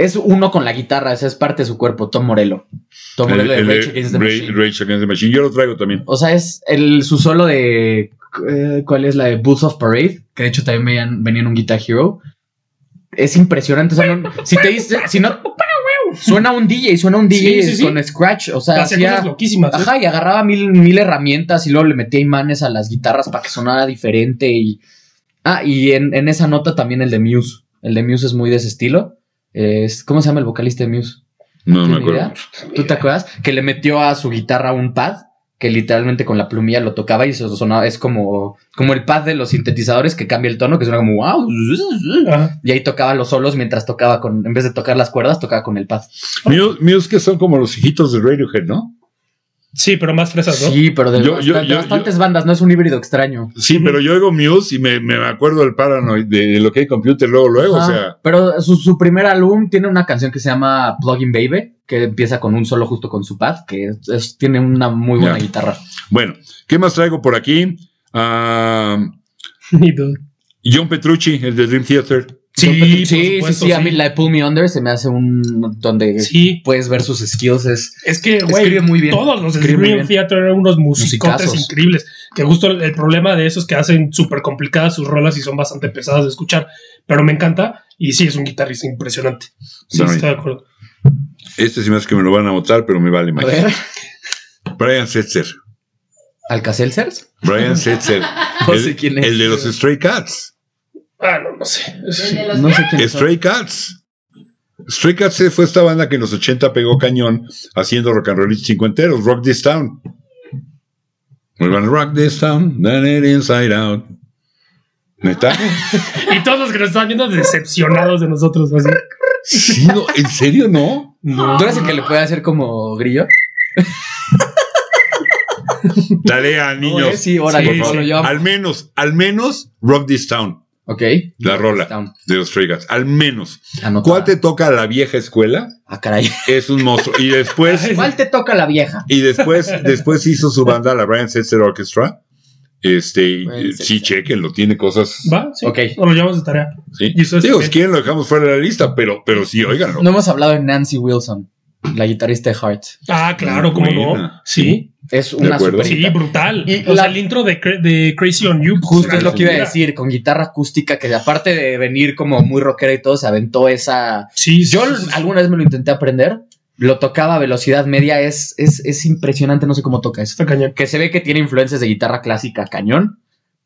Speaker 2: Es uno con la guitarra, esa es parte de su cuerpo, Tom Morello. Tom
Speaker 1: El-
Speaker 2: Morello de
Speaker 1: el
Speaker 2: Rage Against the
Speaker 1: Ra-
Speaker 2: Machine.
Speaker 1: Rage Against the Machine. Yo lo traigo también.
Speaker 2: O sea, es el, su solo de. eh, ¿Cuál es la de Boots of Parade? Que de hecho también venían, venía en un Guitar Hero. Es impresionante. O sea, no- si te dice. Si no. Suena un DJ, suena un DJ
Speaker 3: Sí, sí, sí.
Speaker 2: con Scratch. O sea,
Speaker 3: Hacía
Speaker 2: hacía.
Speaker 3: cosas loquísimas. ¿eh?
Speaker 2: Ajá, y agarraba mil, mil herramientas y luego le metía imanes a las guitarras para que sonara diferente. Y. Ah, y en, en esa nota también el de Muse. El de Muse es muy de ese estilo. Es, ¿Cómo se llama el vocalista de Muse?
Speaker 1: No me
Speaker 2: ¿Tiene
Speaker 1: acuerdo.
Speaker 2: idea? ¿Tú
Speaker 3: Eh,
Speaker 2: te acuerdas? Que le metió a su guitarra un pad que literalmente con la plumilla lo tocaba y eso sonaba. Es como, como el pad de los sintetizadores que cambia el tono, que suena como wow.
Speaker 3: Ajá.
Speaker 2: Y ahí tocaba los solos mientras tocaba con, en vez de tocar las cuerdas, tocaba con el pad.
Speaker 1: Muse, Muse que son como los hijitos de Radiohead, ¿no?
Speaker 3: Sí, pero más fresas, ¿no?
Speaker 2: Sí, pero de,
Speaker 1: Yo-
Speaker 2: bastan-
Speaker 1: yo-
Speaker 2: de
Speaker 1: yo-
Speaker 2: bastantes bandas, no es un híbrido extraño.
Speaker 1: Sí,
Speaker 3: Ujú.
Speaker 1: pero yo oigo Muse y me, me acuerdo del Paranoid, de, de lo que hay computer luego, luego.
Speaker 2: Ah,
Speaker 1: O sea,
Speaker 2: pero su, su primer álbum tiene una canción que se llama Plugin Baby, que empieza con un solo justo con su pad, que es- tiene una muy buena
Speaker 1: Ya.
Speaker 2: guitarra.
Speaker 1: bueno, ¿qué más traigo por aquí? Ah,
Speaker 3: Ni duda.
Speaker 1: John Petrucci, el de Dream Theater.
Speaker 3: Sí,
Speaker 2: sí,
Speaker 3: por
Speaker 2: sí,
Speaker 3: supuesto,
Speaker 2: sí, a
Speaker 3: sí.
Speaker 2: mí la de Pull Me Under se me hace un... donde
Speaker 3: Sí.
Speaker 2: puedes ver sus skills, es...
Speaker 3: Es que, güey,
Speaker 2: Escribe muy bien.
Speaker 3: todos los
Speaker 2: Escribe muy
Speaker 3: Dream
Speaker 2: bien.
Speaker 3: Theater eran unos musicotes
Speaker 2: Musicazos.
Speaker 3: increíbles. Que justo el, el problema de eso es que hacen súper complicadas sus rolas y son bastante pesadas de escuchar. Pero me encanta y sí, es un guitarrista impresionante. Sí,
Speaker 1: Bueno,
Speaker 3: estoy de acuerdo.
Speaker 1: Este sí me hace que me lo van a votar, pero me vale
Speaker 2: A
Speaker 1: más.
Speaker 2: ver,
Speaker 1: Brian Setzer.
Speaker 2: ¿Alcacelsers?
Speaker 1: Brian Setzer.
Speaker 2: No
Speaker 1: el,
Speaker 2: sé quién es.
Speaker 1: el de los Stray Cats.
Speaker 3: Ah, no, no sé.
Speaker 4: El de
Speaker 3: Sí.
Speaker 4: los
Speaker 2: No sé quién es.
Speaker 1: Stray Cats. Stray Cats fue esta banda que en los 80 pegó cañón haciendo rock and roll cincuenteros, Rock This Town. We're gonna rock this town, turn it inside out. ¿Neta?
Speaker 3: Y todos los que nos están viendo decepcionados de nosotros. Así.
Speaker 1: Sí, no, ¿En serio no?
Speaker 3: No.
Speaker 2: ¿Tú eres el que le puede hacer como grillo?
Speaker 1: Tarea,
Speaker 2: No, ¿eh?
Speaker 1: niños.
Speaker 2: Sí, órale,
Speaker 1: por
Speaker 3: sí,
Speaker 2: no
Speaker 1: favor.
Speaker 2: lo llevamos.
Speaker 1: Al menos, al menos Rock This Town
Speaker 2: Ok.
Speaker 1: La rola.
Speaker 2: Down.
Speaker 1: de los Stray Cats. Al menos.
Speaker 2: Anotada.
Speaker 1: ¿Cuál te toca la vieja escuela?
Speaker 2: Ah, caray.
Speaker 1: Es un monstruo. Y después,
Speaker 2: ¿Cuál te toca la vieja?
Speaker 1: y después, después hizo su banda, la Brian Setzer Orchestra. Este, y,
Speaker 2: Brian
Speaker 1: eh, sí,
Speaker 2: Setzer.
Speaker 1: chequenlo, tiene cosas.
Speaker 3: ¿Va? Sí.
Speaker 2: Ok.
Speaker 3: Nos lo llevamos de tarea.
Speaker 1: Sí.
Speaker 3: Y eso es
Speaker 1: Digo,
Speaker 3: también.
Speaker 1: si quieren lo dejamos fuera de la lista, pero, pero sí, óiganlo.
Speaker 2: No hemos hablado de Nancy Wilson, la guitarrista de Heart.
Speaker 3: Ah, claro, cómo no.
Speaker 1: Buena.
Speaker 3: Sí,
Speaker 2: Es
Speaker 1: De
Speaker 2: una
Speaker 1: acuerdo.
Speaker 2: super
Speaker 3: sí, brutal.
Speaker 2: Y
Speaker 3: o sea,
Speaker 2: la-
Speaker 3: el intro de, Cra- de Crazy on You.
Speaker 2: Justo
Speaker 3: pues,
Speaker 2: es lo que iba a
Speaker 3: mira.
Speaker 2: decir, con guitarra acústica, que aparte de venir como muy rockera y todo, se aventó esa...
Speaker 3: Sí, sí,
Speaker 2: Yo
Speaker 3: sí, sí.
Speaker 2: alguna vez me lo intenté aprender lo tocaba a velocidad media, es, es, es impresionante, no sé cómo toca eso.
Speaker 3: Está cañón.
Speaker 2: Que se ve que tiene influencias de guitarra clásica cañón,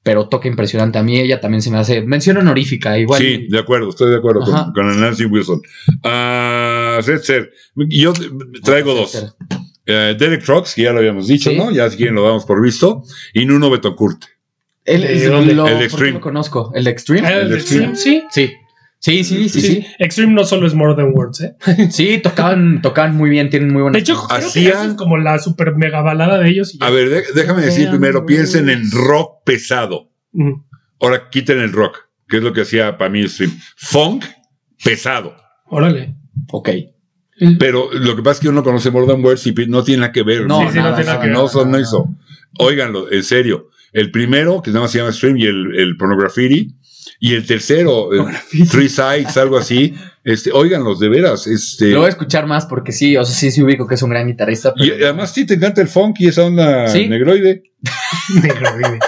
Speaker 2: pero toca impresionante. A mí ella también se me hace mención honorífica, igual.
Speaker 1: Sí, de acuerdo, estoy de acuerdo
Speaker 2: Ajá.
Speaker 1: con, con el Nancy Wilson. Ah, Setzer, yo traigo dos. Eh, Derek Trucks, que ya lo habíamos dicho,
Speaker 2: Sí.
Speaker 1: ¿no? Ya si quieren lo damos por visto. Y Nuno Betoncourt.
Speaker 2: El,
Speaker 3: ¿De dónde?
Speaker 2: lo,
Speaker 1: El
Speaker 2: ¿por qué
Speaker 1: Extreme.
Speaker 2: lo conozco. El de Extreme.
Speaker 3: Ah,
Speaker 1: el
Speaker 3: Extreme, sí.
Speaker 2: Sí. Sí, sí, sí,
Speaker 3: Sí,
Speaker 2: sí.
Speaker 3: Extreme no solo es More Than Words, ¿eh?
Speaker 2: Sí, tocaban, tocaban muy bien, tienen muy buena.
Speaker 3: De hecho, creo que
Speaker 1: Hacían-
Speaker 3: esa es como la super mega balada de ellos. y ya.
Speaker 1: A ver, de- déjame decir
Speaker 3: Vean,
Speaker 1: primero, piensen en
Speaker 3: pues.
Speaker 1: rock pesado.
Speaker 3: Mm.
Speaker 1: Ahora quiten el rock, que es lo que hacía para mí el stream. Funk pesado.
Speaker 3: Órale.
Speaker 2: ok.
Speaker 1: Pero lo que pasa es que uno conoce More Than Words y pi- no tiene nada que ver.
Speaker 2: No,
Speaker 3: Sí, sí, no
Speaker 2: nada,
Speaker 3: tiene nada
Speaker 2: nada,
Speaker 3: que ver.
Speaker 1: No, son- no
Speaker 2: nada.
Speaker 1: hizo. Óiganlo, en serio. El primero, que nada más se llama Stream, y el, el Pornografiti, y el tercero, el Three Sides, algo así. Este, óiganlos, de veras. Este,
Speaker 2: Lo voy a escuchar más porque sí, o sea, sí, sí ubico que es un gran guitarrista.
Speaker 1: y
Speaker 2: pero-
Speaker 1: además sí te encanta el funk y esa onda
Speaker 2: Sí.
Speaker 1: negroide,
Speaker 3: Negro, dime.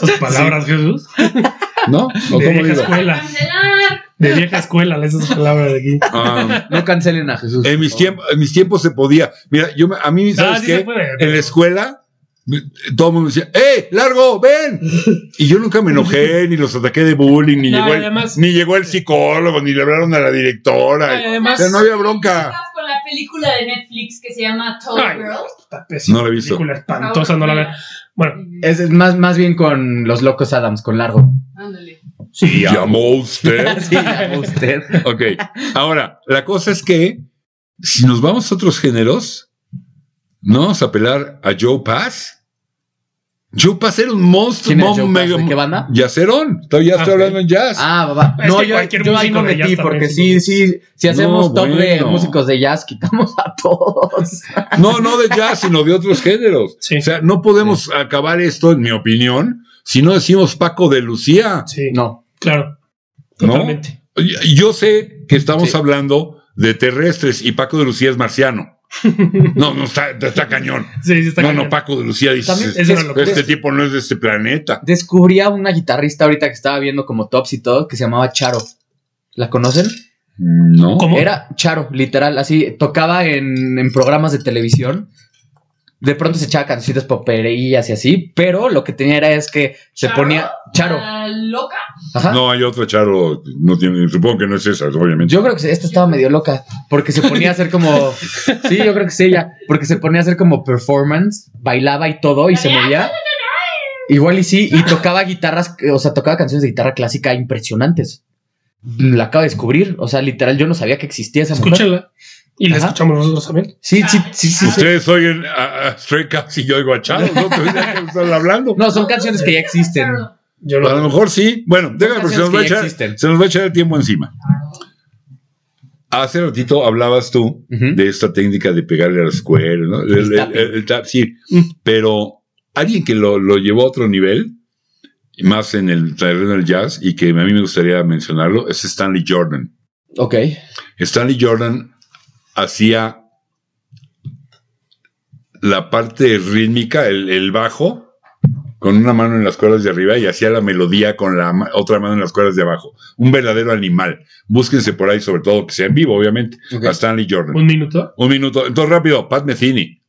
Speaker 3: Esas palabras, Jesús.
Speaker 1: ¿no? ¿O
Speaker 3: De
Speaker 1: cómo
Speaker 3: vieja
Speaker 1: digo?
Speaker 4: Para
Speaker 3: escuela.
Speaker 4: cancelar.
Speaker 3: De vieja escuela, esas palabras de aquí.
Speaker 1: Ah,
Speaker 2: No cancelen a Jesús.
Speaker 1: en, mis
Speaker 2: por favor.
Speaker 1: tiempos, en mis tiempos se podía. Mira, yo me- a mí,
Speaker 3: Ah,
Speaker 1: ¿sabes
Speaker 3: sí
Speaker 1: qué?
Speaker 3: se puede.
Speaker 1: en la escuela, todo el mundo decía, ¡eh, largo, ven! Y yo nunca me enojé, ni los ataqué de bullying, ni,
Speaker 3: No,
Speaker 1: llegó, el,
Speaker 3: además-
Speaker 1: ni llegó el psicólogo, ni le hablaron a la directora.
Speaker 3: Ay, además-
Speaker 1: O sea, no había bronca.
Speaker 4: Con la película de Netflix que se llama Tall
Speaker 3: Ay,
Speaker 4: Girl.
Speaker 3: Está pésima.
Speaker 1: No la he visto.
Speaker 3: Película espantosa, no la veo. Bueno,
Speaker 2: Es, es más, más bien con los locos Adams, con largo.
Speaker 4: Ándale.
Speaker 1: Y llamó usted.
Speaker 2: Sí, a usted.
Speaker 1: ok. Ahora, la cosa es que si nos vamos a otros géneros, no vamos a apelar a Joe Pass. Joe Pass era un monstruo,
Speaker 2: ¿Quién es
Speaker 1: un
Speaker 2: Joe
Speaker 1: mega-
Speaker 2: Pass? ¿De qué banda?
Speaker 1: Yacerón. Todavía estoy
Speaker 3: Ah, ok.
Speaker 1: hablando en jazz.
Speaker 2: Ah, va, va.
Speaker 3: Es
Speaker 2: No,
Speaker 3: que
Speaker 2: yo,
Speaker 3: cualquier
Speaker 2: yo ahí
Speaker 3: músico
Speaker 2: no
Speaker 3: de
Speaker 2: metí
Speaker 3: jazz
Speaker 2: porque
Speaker 3: también
Speaker 2: sí, sí, si hacemos
Speaker 1: No,
Speaker 2: top de
Speaker 1: bueno.
Speaker 2: músicos de jazz, quitamos a todos.
Speaker 1: No, no de jazz, sino de otros géneros.
Speaker 3: Sí.
Speaker 1: O sea, no podemos acabar esto, en mi opinión, si no decimos Paco de Lucía.
Speaker 3: sí.
Speaker 2: No.
Speaker 3: Claro.
Speaker 1: ¿No?
Speaker 3: Totalmente.
Speaker 1: Y- Yo sé que estamos
Speaker 2: Sí.
Speaker 1: hablando de terrestres y Paco de Lucía es marciano. No, no, está, está cañón.
Speaker 3: Sí, sí, está
Speaker 1: no,
Speaker 3: cañón.
Speaker 1: no, Paco de Lucía dice,
Speaker 2: También
Speaker 3: es una locura.
Speaker 1: este tipo no es de este planeta.
Speaker 2: Descubrí a una guitarrista ahorita que estaba viendo como tops y todo, que se llamaba Charo. ¿La conocen?
Speaker 1: No.
Speaker 3: ¿Cómo?
Speaker 2: Era Charo, literal, así. Tocaba en, en programas de televisión. De pronto se echaba canciones poperillas y así, pero lo que tenía era es que se
Speaker 4: ¿Charo?
Speaker 2: ponía Charo.
Speaker 4: La loca.
Speaker 3: ¿Ah?
Speaker 2: Ajá.
Speaker 1: No, hay otro Charo, no tiene, supongo que no es esa, obviamente.
Speaker 2: Yo creo que esta estaba medio loca, porque se ponía a hacer como. Sí, yo creo que sí, ella. Porque se ponía a hacer como performance, bailaba y todo, y se movía. Igual y sí, y tocaba guitarras, o sea, tocaba canciones de guitarra clásica impresionantes. La acabo de descubrir, o sea, literal, yo no sabía que existía esa mujer.
Speaker 3: Escúchala. Y la
Speaker 2: Ajá.
Speaker 3: escuchamos nosotros también.
Speaker 2: Sí, sí, sí, sí. sí.
Speaker 1: Ustedes oyen a, a Stray Cats y yo oigo a Charo, ¿no? Tendría que estar hablando.
Speaker 2: No, son canciones que ya existen.
Speaker 3: Yo
Speaker 1: A lo
Speaker 3: no.
Speaker 1: mejor sí. Bueno, déjame, porque se nos, va a
Speaker 2: canciones que ya
Speaker 1: echar,
Speaker 2: existen.
Speaker 1: se nos va a echar el tiempo encima. Hace ratito hablabas tú
Speaker 2: Ujú.
Speaker 1: de esta técnica de pegarle a la escuela, ¿no? El, el-
Speaker 2: tapping.
Speaker 1: el- el tap, sí. Pero alguien que lo, lo llevó a otro nivel, y más en el terreno del jazz, y que a mí me gustaría mencionarlo, es Stanley Jordan.
Speaker 2: Ok.
Speaker 1: Stanley Jordan hacía la parte rítmica, el, el bajo, con una mano en las cuerdas de arriba y hacía la melodía con la ma- otra mano en las cuerdas de abajo. Un verdadero animal. Búsquense por ahí, sobre todo que sea en vivo, obviamente,
Speaker 2: ok.
Speaker 1: a Stanley Jordan.
Speaker 3: Un minuto.
Speaker 1: Un minuto. Entonces, rápido, Pat Metheny.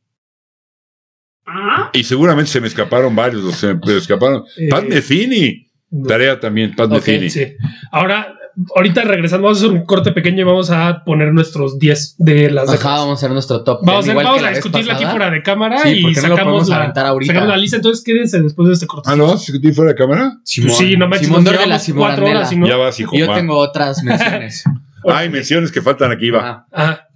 Speaker 4: Ah,
Speaker 1: Y seguramente se me escaparon varios, o se me escaparon.
Speaker 3: Eh,
Speaker 1: Pat Metheny. Tarea también, Pat
Speaker 2: Ok,
Speaker 1: Metheny.
Speaker 3: Sí. Ahora, ahorita regresando, vamos a hacer un corte pequeño y vamos a poner nuestros 10 de las
Speaker 2: Ajá,
Speaker 3: décadas.
Speaker 2: vamos a hacer nuestro top.
Speaker 3: Vamos, a,
Speaker 2: ten,
Speaker 3: hacer-
Speaker 2: igual
Speaker 3: vamos
Speaker 2: que
Speaker 3: a
Speaker 2: la vez
Speaker 3: discutirla aquí
Speaker 2: pasada.
Speaker 3: fuera de cámara
Speaker 2: Sí,
Speaker 3: y
Speaker 2: porque no lo podemos
Speaker 3: sacamos,
Speaker 2: aventar
Speaker 3: la,
Speaker 2: ahorita.
Speaker 3: sacamos la lista. Entonces quédense después de este corte.
Speaker 1: Ah, ¿lo vas a discutir fuera de cámara?
Speaker 2: Simón.
Speaker 3: sí, no manches,
Speaker 2: Simón
Speaker 3: nos
Speaker 2: Dórguela,
Speaker 3: llevamos
Speaker 2: Simón
Speaker 3: cuatro
Speaker 2: Andela.
Speaker 3: horas y no.
Speaker 1: Ya vas, hijo.
Speaker 2: Yo
Speaker 1: va.
Speaker 2: tengo otras menciones.
Speaker 1: Hay menciones que faltan aquí, va.
Speaker 2: Ah,
Speaker 3: Ajá.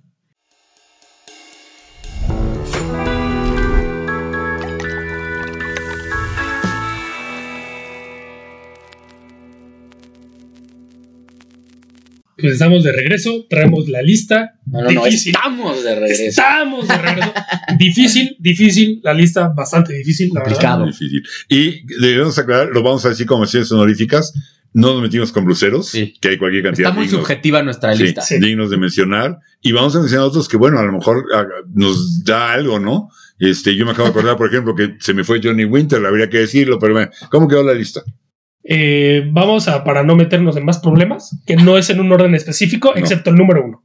Speaker 3: Pues estamos de regreso, traemos la lista.
Speaker 2: No, no, no,
Speaker 3: Difícil.
Speaker 2: estamos de regreso.
Speaker 3: Estamos de regreso. difícil, difícil, la lista bastante difícil, la verdad.
Speaker 2: Complicado.
Speaker 1: Muy difícil. Y debemos aclarar, lo vamos a decir como menciones honoríficas, no nos metimos con bruceros,
Speaker 2: Sí.
Speaker 1: que hay cualquier cantidad
Speaker 2: Está muy
Speaker 1: dignos,
Speaker 2: subjetiva nuestra
Speaker 1: sí,
Speaker 2: lista.
Speaker 3: Sí.
Speaker 1: dignos de mencionar. Y vamos a mencionar otros que, bueno, a lo mejor ah, nos da algo, ¿no? Este, yo me acabo de acordar, por ejemplo, que se me fue Johnny Winter, habría que decirlo, pero bueno, ¿cómo quedó la lista?
Speaker 3: Eh, vamos a, para no meternos en más problemas, que no es en un orden específico,
Speaker 1: No.
Speaker 3: excepto el número uno.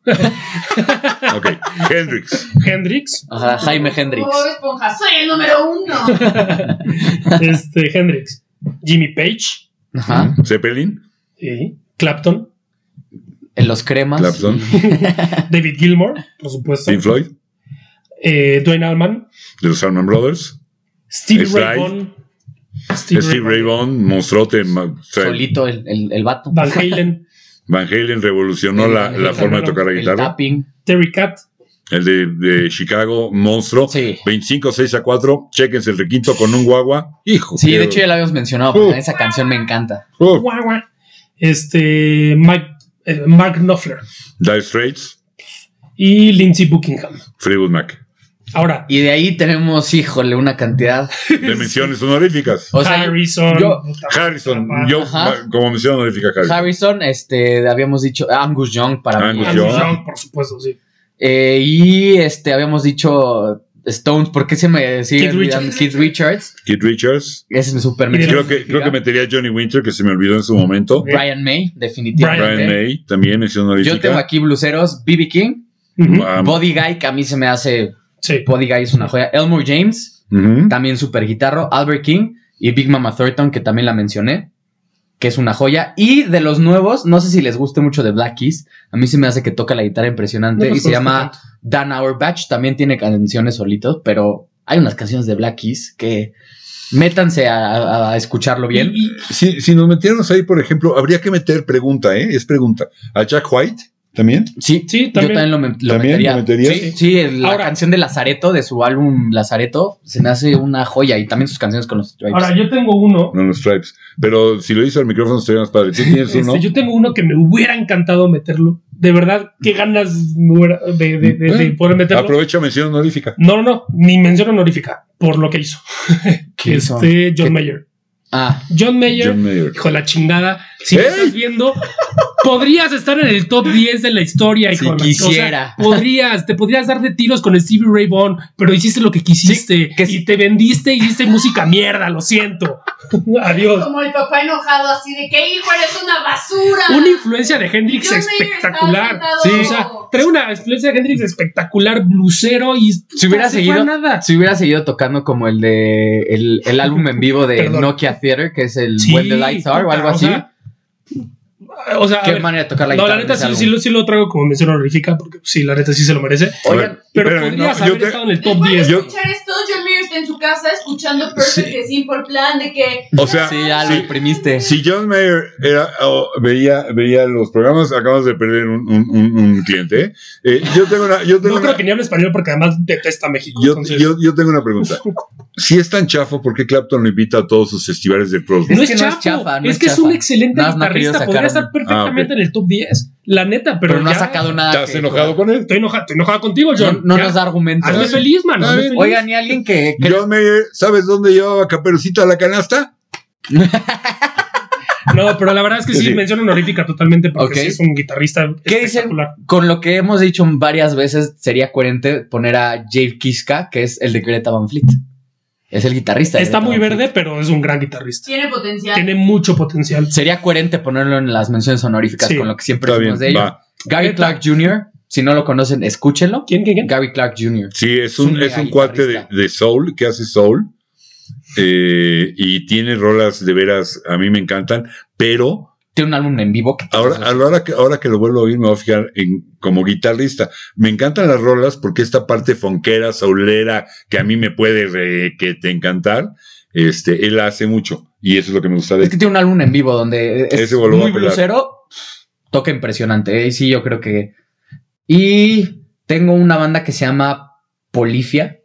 Speaker 1: Ok, Hendrix.
Speaker 3: Hendrix.
Speaker 2: Ajá, Jaime Hendrix.
Speaker 4: Bob Esponja, soy el número uno.
Speaker 3: este, Hendrix. Jimmy Page.
Speaker 2: Ajá.
Speaker 1: Zeppelin.
Speaker 3: sí, Clapton.
Speaker 2: En los cremas.
Speaker 1: Clapton.
Speaker 3: David Gilmour, por supuesto.
Speaker 1: Pink Floyd.
Speaker 3: eh, Dwayne Allman.
Speaker 1: De los Allman Brothers.
Speaker 3: Stevie
Speaker 1: Sly.
Speaker 3: Ray Vaughan. Stevie
Speaker 1: Steve
Speaker 3: Ray
Speaker 1: Ray Vaughan, monstruote. ma- o sea,
Speaker 2: Solito el, el, el vato.
Speaker 3: Van Halen.
Speaker 1: Van Halen revolucionó la, la forma de tocar la
Speaker 2: El
Speaker 1: guitarra.
Speaker 2: tapping.
Speaker 3: Terry Cat.
Speaker 1: El de, de Chicago, monstruo.
Speaker 2: Sí.
Speaker 1: 25, 6 a 4. Chequense el requinto con un guagua. Hijo.
Speaker 2: Sí,
Speaker 1: qué-
Speaker 2: de hecho ya la habíamos mencionado,
Speaker 1: Uh.
Speaker 2: pero esa canción me encanta.
Speaker 1: Uh,
Speaker 3: guau, guau. Este, Mike, eh, Mark Knopfler.
Speaker 1: Dire Straits,
Speaker 3: Y Lindsey Buckingham.
Speaker 1: Fleetwood Mac.
Speaker 3: Ahora,
Speaker 2: Y de ahí tenemos, híjole, una cantidad.
Speaker 1: De menciones honoríficas.
Speaker 2: O sea,
Speaker 3: Harrison.
Speaker 2: yo-
Speaker 3: puta,
Speaker 1: Harrison,
Speaker 3: papá.
Speaker 1: yo ah,
Speaker 2: Ajá.
Speaker 1: como mención honorífica Harrison.
Speaker 2: Harrison, este, habíamos dicho, Angus Young para mí.
Speaker 1: Angus
Speaker 3: Angus
Speaker 1: Young.
Speaker 3: Young, por supuesto, sí.
Speaker 2: Eh, y este, habíamos dicho Stones, ¿por qué se me sigue
Speaker 3: Keith
Speaker 2: olvidando?
Speaker 4: Richards.
Speaker 2: Keith Richards.
Speaker 1: Keith Richards.
Speaker 2: Ese es mi super
Speaker 3: Y de-
Speaker 1: Creo que, creo que metería a Johnny Winter, que se me olvidó en su momento.
Speaker 2: Brian May, definitivamente.
Speaker 1: Brian May, también mención honorífica.
Speaker 2: Yo tengo aquí bluseros, BB King,
Speaker 3: Ujú,
Speaker 1: Ah,
Speaker 2: Body Guy, que a mí se me hace.
Speaker 3: sí.
Speaker 2: Body Guy es una joya. Elmore James,
Speaker 1: ujú.
Speaker 2: también super guitarro. Albert King y Big Mama Thornton, que también la mencioné, que es una joya. Y de los nuevos, no sé si les guste mucho de Black Keys, a mí se me hace que toca la guitarra impresionante
Speaker 3: No
Speaker 2: y
Speaker 3: los
Speaker 2: se
Speaker 3: conozco
Speaker 2: llama
Speaker 3: tanto.
Speaker 2: Dan Auerbach, también tiene canciones solitos, pero hay unas canciones de Black Keys que métanse a, a- a escucharlo bien.
Speaker 1: Y- y si, si nos metiéramos ahí, por ejemplo, habría que meter pregunta, ¿eh? Es pregunta. ¿A Jack White también?
Speaker 2: Sí,
Speaker 3: Sí,
Speaker 2: yo
Speaker 3: también.
Speaker 2: también lo, me- lo
Speaker 1: ¿También
Speaker 2: metería.
Speaker 1: lo meterías?
Speaker 2: Sí, sí, el- la
Speaker 3: Ahora-
Speaker 2: canción de Lazareto, de su álbum Lazareto, se me hace una joya y también sus canciones con los Stripes.
Speaker 3: Ahora, yo tengo uno.
Speaker 1: No, los Stripes. Pero si lo hizo el micrófono, estaría más padre. ¿Tú tienes uno?
Speaker 3: Este, yo tengo uno que me hubiera encantado meterlo. De verdad, qué ganas me hubiera- de, de- de- de
Speaker 1: Eh,
Speaker 3: poder meterlo.
Speaker 1: Aprovecha mención honorífica.
Speaker 3: No, no, no, ni mención honorífica por lo que hizo.
Speaker 2: ¿Qué hizo?
Speaker 3: Este, John
Speaker 2: ¿Qué?
Speaker 3: Mayer.
Speaker 2: Ah,
Speaker 3: John Mayer,
Speaker 1: John Mayer.
Speaker 3: hijo de la chingada. Si
Speaker 2: ¿Eh?
Speaker 3: me
Speaker 1: ¡Ey!
Speaker 3: estás viendo, podrías estar en el top 10 de la historia,
Speaker 2: Si
Speaker 3: hijo de la- o sea,
Speaker 2: quisiera.
Speaker 3: podrías, te podrías dar de tiros con Stevie Ray Vaughan, pero hiciste lo que quisiste
Speaker 2: que
Speaker 3: y
Speaker 2: sí.
Speaker 3: te vendiste y hiciste música mierda, lo siento. Adiós.
Speaker 4: Como el papá enojado, así de que hijo eres una basura.
Speaker 3: Una influencia de Hendrix
Speaker 4: John Mayer
Speaker 3: espectacular.
Speaker 4: estaba
Speaker 2: Sí.
Speaker 3: O sea, trae una influencia de Hendrix espectacular, blusero y.
Speaker 2: Si hubiera
Speaker 3: no se
Speaker 2: seguido-
Speaker 3: fue a nada.
Speaker 2: si hubiera seguido tocando como el de el, el álbum en vivo de
Speaker 3: Perdón.
Speaker 2: Nokia Theater, que es el
Speaker 3: Sí,
Speaker 2: When the Lights Are o
Speaker 3: puta,
Speaker 2: algo así.
Speaker 3: sea, o sea, a
Speaker 2: Qué
Speaker 3: ver,
Speaker 2: manera de tocar la
Speaker 3: no,
Speaker 2: guitarra.
Speaker 3: la neta
Speaker 2: en ese
Speaker 3: sí, sí,
Speaker 2: álbum.
Speaker 3: lo, sí lo traigo como mención honorífica, porque sí, la neta sí se lo merece.
Speaker 2: Oigan,
Speaker 1: A ver,
Speaker 3: Pero
Speaker 1: espérame,
Speaker 3: podrías
Speaker 1: no, yo
Speaker 3: haber
Speaker 1: te-
Speaker 3: estado en el top
Speaker 4: Después de
Speaker 3: 10.
Speaker 1: Yo-
Speaker 4: escuchar esto, John Mayer está en su casa escuchando Perfect
Speaker 1: Sí.
Speaker 4: de Simple Plan de que
Speaker 1: O sea,
Speaker 2: Sí, ya lo
Speaker 1: Sí.
Speaker 2: imprimiste.
Speaker 1: si John Mayer era- o veía, veía los programas, acabas de perder un, un- un- un cliente. ¿eh? Eh, yo tengo una, yo tengo una-
Speaker 3: No creo que ni hable español porque además detesta México.
Speaker 1: yo,
Speaker 3: entonces-
Speaker 1: yo- yo tengo una pregunta. Si es tan chafo, ¿por qué Clapton lo invita a todos sus festivales de Crosby?
Speaker 3: no
Speaker 2: Es
Speaker 3: es,
Speaker 2: que no es
Speaker 3: chafo,
Speaker 2: chafa, no
Speaker 3: es
Speaker 2: es
Speaker 3: que es un
Speaker 2: chafa.
Speaker 3: excelente
Speaker 2: Nada más no ha querido
Speaker 3: guitarrista,
Speaker 2: sacar
Speaker 3: podría
Speaker 2: un-
Speaker 3: estar perfectamente
Speaker 1: Ah, ok.
Speaker 3: en el top 10. La neta, pero,
Speaker 2: pero, no ha
Speaker 3: ya-
Speaker 2: sacado nada.
Speaker 1: ¿Estás
Speaker 2: que-
Speaker 1: enojado con él?
Speaker 3: Estoy enojado, estoy enojado contigo, John.
Speaker 2: No, no
Speaker 3: Ya.
Speaker 2: nos da argumentos.
Speaker 3: Hazme feliz, mano.
Speaker 1: Está
Speaker 3: hazme
Speaker 1: bien.
Speaker 3: feliz.
Speaker 2: Oigan, y alguien que, que-
Speaker 1: John Mayer, ¿sabes dónde llevaba Caperucita a la canasta?
Speaker 3: No, pero la verdad es que sí,
Speaker 1: Sí.
Speaker 3: mención honorífica totalmente porque
Speaker 2: Ok.
Speaker 3: sí es un guitarrista
Speaker 2: ¿Qué dice?
Speaker 3: espectacular.
Speaker 2: con lo que hemos dicho varias veces, sería coherente poner a Jave Kiska, que es el de Greta Van Fleet. Es el guitarrista. de
Speaker 3: Está
Speaker 2: Greta
Speaker 3: muy
Speaker 2: Van
Speaker 3: verde, pero es un gran guitarrista.
Speaker 4: tiene potencial.
Speaker 3: Tiene mucho potencial.
Speaker 2: Fleet. Sería coherente ponerlo en las menciones honoríficas
Speaker 3: Sí,
Speaker 2: con lo que siempre
Speaker 1: Está bien,
Speaker 2: decimos de ellos.
Speaker 1: va.
Speaker 2: Gary Clark Jr., si no lo conocen, escúchenlo.
Speaker 3: ¿Quién, quién, quién?
Speaker 2: Gary Clark Jr.
Speaker 1: Sí, es
Speaker 2: Es
Speaker 1: un,
Speaker 2: un
Speaker 1: es un
Speaker 2: mega
Speaker 1: cuate de,
Speaker 2: guitarrista.
Speaker 1: de soul, que hace soul. eh, y tiene rolas de veras, a mí me encantan, pero
Speaker 2: Tiene un álbum en vivo que
Speaker 1: Ahora, a la hora que, ahora que lo vuelvo a oír, me voy a fijar en, como guitarrista. Me encantan las rolas porque esta parte fonquera, saulera, que a mí me puede re- que te encantar, este, él la hace mucho. Y eso es lo que me gusta de
Speaker 2: es
Speaker 1: él.
Speaker 2: que tiene un álbum en vivo donde es
Speaker 1: Ese voló a
Speaker 2: muy
Speaker 1: pelar.
Speaker 2: blusero, toca impresionante. eh, sí, yo creo que. Y tengo una banda que se llama Polifia.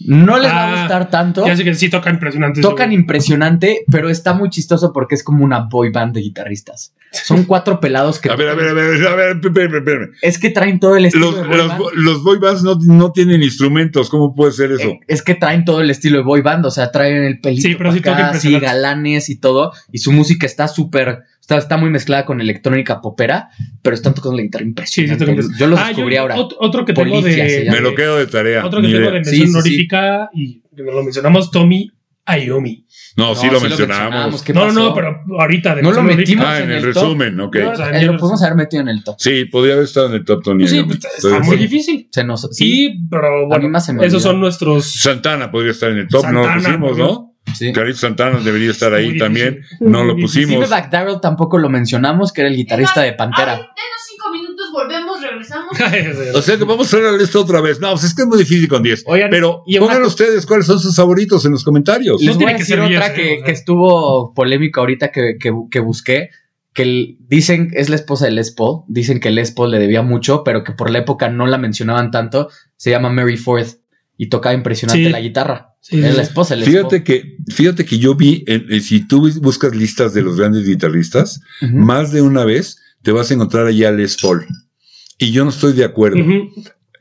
Speaker 2: No les va a
Speaker 3: Ah,
Speaker 2: gustar tanto.
Speaker 3: Ya sé que sí toca impresionante.
Speaker 2: Tocan impresionante, pero está muy chistoso porque es como una boy band de guitarristas. Son cuatro pelados que.
Speaker 1: A ver, a ver, a ver, a ver, espérame, espérame.
Speaker 2: Es que traen todo el estilo
Speaker 1: Los,
Speaker 2: de boy
Speaker 1: los,
Speaker 2: band.
Speaker 1: los boy bands no, no tienen instrumentos, ¿cómo puede ser eso?
Speaker 2: Eh, Es que traen todo el estilo de boy band, o sea, traen el pelito
Speaker 3: Sí, pero sí
Speaker 2: pa' acá,
Speaker 3: toca
Speaker 2: así,
Speaker 3: impresionante.
Speaker 2: galanes y todo, y su música está súper, está, está muy mezclada con electrónica popera, pero están tocando la guitarra
Speaker 3: Sí, sí
Speaker 2: impresionante.
Speaker 3: toca impresionante.
Speaker 2: yo los
Speaker 3: Ah,
Speaker 2: descubrí ahora.
Speaker 3: Otro, otro que tengo
Speaker 2: Policia se
Speaker 3: de.
Speaker 2: llama.
Speaker 1: me lo quedo de tarea.
Speaker 3: Otro que
Speaker 1: ni
Speaker 3: tengo de
Speaker 1: idea.
Speaker 3: mención
Speaker 2: Sí, sí, sí.
Speaker 3: honorífica y que lo mencionamos, Tommy Ayomi.
Speaker 1: No, sí lo mencionamos.
Speaker 2: mencionamos, ¿qué
Speaker 3: No, no,
Speaker 2: pasó?
Speaker 3: no, pero ahorita. de
Speaker 2: No lo
Speaker 3: pasarlo ahorita.
Speaker 2: metimos
Speaker 1: Ah, en
Speaker 2: en
Speaker 1: el
Speaker 2: el top.
Speaker 1: resumen, ok.
Speaker 2: No,
Speaker 3: O sea,
Speaker 2: eh,
Speaker 3: yo
Speaker 2: lo
Speaker 3: no-
Speaker 2: podemos haber metido en el top.
Speaker 1: Sí, podría haber estado en el top Tony.
Speaker 3: Sí,
Speaker 1: Ayomi.
Speaker 3: pues,
Speaker 1: Estoy
Speaker 3: está muy
Speaker 1: diciendo.
Speaker 3: difícil.
Speaker 2: Se nos, sí,
Speaker 3: Sí, pero
Speaker 2: a mí
Speaker 3: bueno,
Speaker 2: más se me
Speaker 3: esos
Speaker 2: olvidó.
Speaker 3: son nuestros.
Speaker 1: Santana podría estar en el top, no lo
Speaker 3: Santana,
Speaker 1: pusimos, ¿no?
Speaker 2: sí.
Speaker 1: Clarito Santana debería estar
Speaker 3: Muy
Speaker 1: ahí
Speaker 3: difícil.
Speaker 1: también, no lo
Speaker 3: Muy
Speaker 1: pusimos.
Speaker 2: Steve McDarrell tampoco lo mencionamos, que era el guitarrista de Pantera.
Speaker 4: Ay, denos cinco minutos, volvemos, regresamos.
Speaker 1: O sea que vamos a hablar de esto otra vez. No, pues es que es muy difícil con 10.
Speaker 2: Oigan,
Speaker 1: Pero
Speaker 2: y una
Speaker 1: pongan
Speaker 2: co-
Speaker 1: ustedes cuáles son sus favoritos en los comentarios.
Speaker 3: No
Speaker 2: les voy
Speaker 3: tiene
Speaker 2: a
Speaker 3: Pues que
Speaker 2: decir
Speaker 3: ser
Speaker 2: otra
Speaker 3: diez,
Speaker 2: que,
Speaker 3: ¿eh? O sea.
Speaker 2: que estuvo polémica ahorita que, que, que busqué. Que el- dicen, es la esposa de Les Paul. Dicen que Les Paul le debía mucho, pero que por la época no la mencionaban tanto. Se llama Mary Forth y tocaba impresionante
Speaker 3: Sí.
Speaker 2: la guitarra.
Speaker 3: Sí,
Speaker 2: es
Speaker 3: sí,
Speaker 2: la
Speaker 3: sí.
Speaker 2: esposa de Les
Speaker 1: Fíjate que, fíjate que yo vi, en- eh, si tú buscas listas de los grandes guitarristas,
Speaker 2: Paul. Ujú.
Speaker 1: más de una vez te vas a encontrar allá Les Paul. Y yo no estoy de acuerdo.
Speaker 3: Ujú.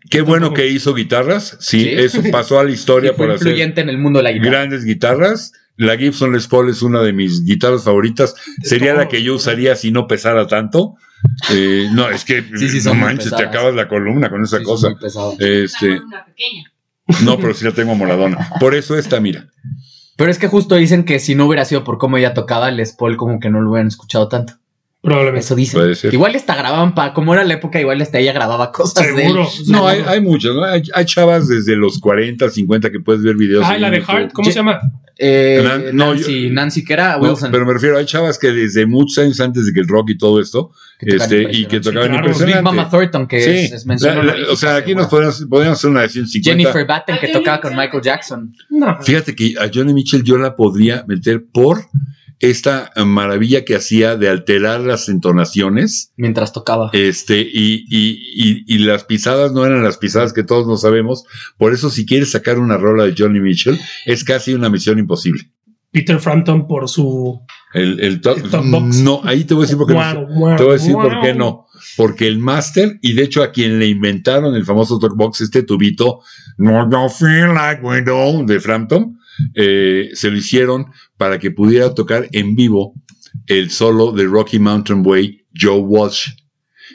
Speaker 1: Qué bueno
Speaker 3: tampoco.
Speaker 1: que hizo guitarras. Sí,
Speaker 2: Sí.
Speaker 1: eso pasó a la
Speaker 2: Sí,
Speaker 1: historia
Speaker 2: fue
Speaker 1: por hacer
Speaker 2: influyente en el mundo de la guitarra.
Speaker 1: grandes guitarras. La Gibson Les Paul es una de mis guitarras favoritas. Sería
Speaker 3: todo.
Speaker 1: la que yo usaría si no pesara tanto. Eh, no, es que
Speaker 2: Sí, sí,
Speaker 1: no
Speaker 2: son muy
Speaker 1: manches, te
Speaker 2: pesadas.
Speaker 1: acabas la columna con esa
Speaker 2: Sí,
Speaker 1: cosa.
Speaker 2: es muy pesado.
Speaker 1: Este,
Speaker 4: Una pequeña.
Speaker 1: no, pero sí la tengo moradona. Por eso esta, mira.
Speaker 2: Pero es que justo dicen que si no hubiera sido por cómo ella tocaba, Les Paul como que no lo hubieran escuchado tanto.
Speaker 3: Probablemente.
Speaker 2: Eso dicen.
Speaker 1: Puede ser.
Speaker 2: Igual hasta grababan para, como era la época, igual hasta ella grababa cosas de él.
Speaker 3: Seguro.
Speaker 1: No, hay, hay muchas, ¿no? Hay, hay chavas desde los 40, 50 que puedes ver videos.
Speaker 3: Ah,
Speaker 1: en
Speaker 3: la de
Speaker 1: YouTube.
Speaker 3: Hart, ¿cómo
Speaker 2: Ye-
Speaker 3: se llama?
Speaker 2: Eh,
Speaker 1: Nan- no,
Speaker 2: Nancy,
Speaker 1: yo-
Speaker 2: Nancy, que era
Speaker 1: No,
Speaker 2: Ah, Wilson.
Speaker 1: pero me refiero, hay chavas que desde muchos años antes de que el rock y todo esto,
Speaker 2: que tocan
Speaker 1: este, y
Speaker 2: impresionante.
Speaker 1: que tocaban
Speaker 3: claro,
Speaker 2: Big Mama
Speaker 1: impresionante.
Speaker 2: Thornton, que
Speaker 1: Sí,
Speaker 2: es, es mención
Speaker 1: la- la-
Speaker 2: honorífica,
Speaker 1: o sea, aquí
Speaker 2: seguro.
Speaker 1: nos podríamos, podríamos hacer una de 150.
Speaker 2: Jennifer Batten, que
Speaker 4: Ay,
Speaker 2: tocaba
Speaker 4: Jennifer
Speaker 2: con
Speaker 4: Batten.
Speaker 2: Michael Jackson.
Speaker 3: No.
Speaker 1: Fíjate que a Johnny Mitchell yo la podría meter por esta maravilla que hacía de alterar las entonaciones,
Speaker 2: Mientras tocaba.
Speaker 1: este, y, y- y- y las pisadas no eran las pisadas que todos nos sabemos. Por eso, si quieres sacar una rola de Johnny Mitchell, es casi una misión imposible.
Speaker 3: Peter Frampton por su.
Speaker 1: El, el top,
Speaker 3: El top box.
Speaker 1: no, ahí te voy a decir por qué no.
Speaker 3: Guau, guau,
Speaker 1: Te voy a decir
Speaker 3: guau.
Speaker 1: por qué no. Porque el máster, y de hecho a quien le inventaron el famoso talkbox, este tubito, no, no feel like we don't, de Frampton, eh, se lo hicieron para que pudiera tocar en vivo el solo de Rocky Mountain Way, Joe Walsh.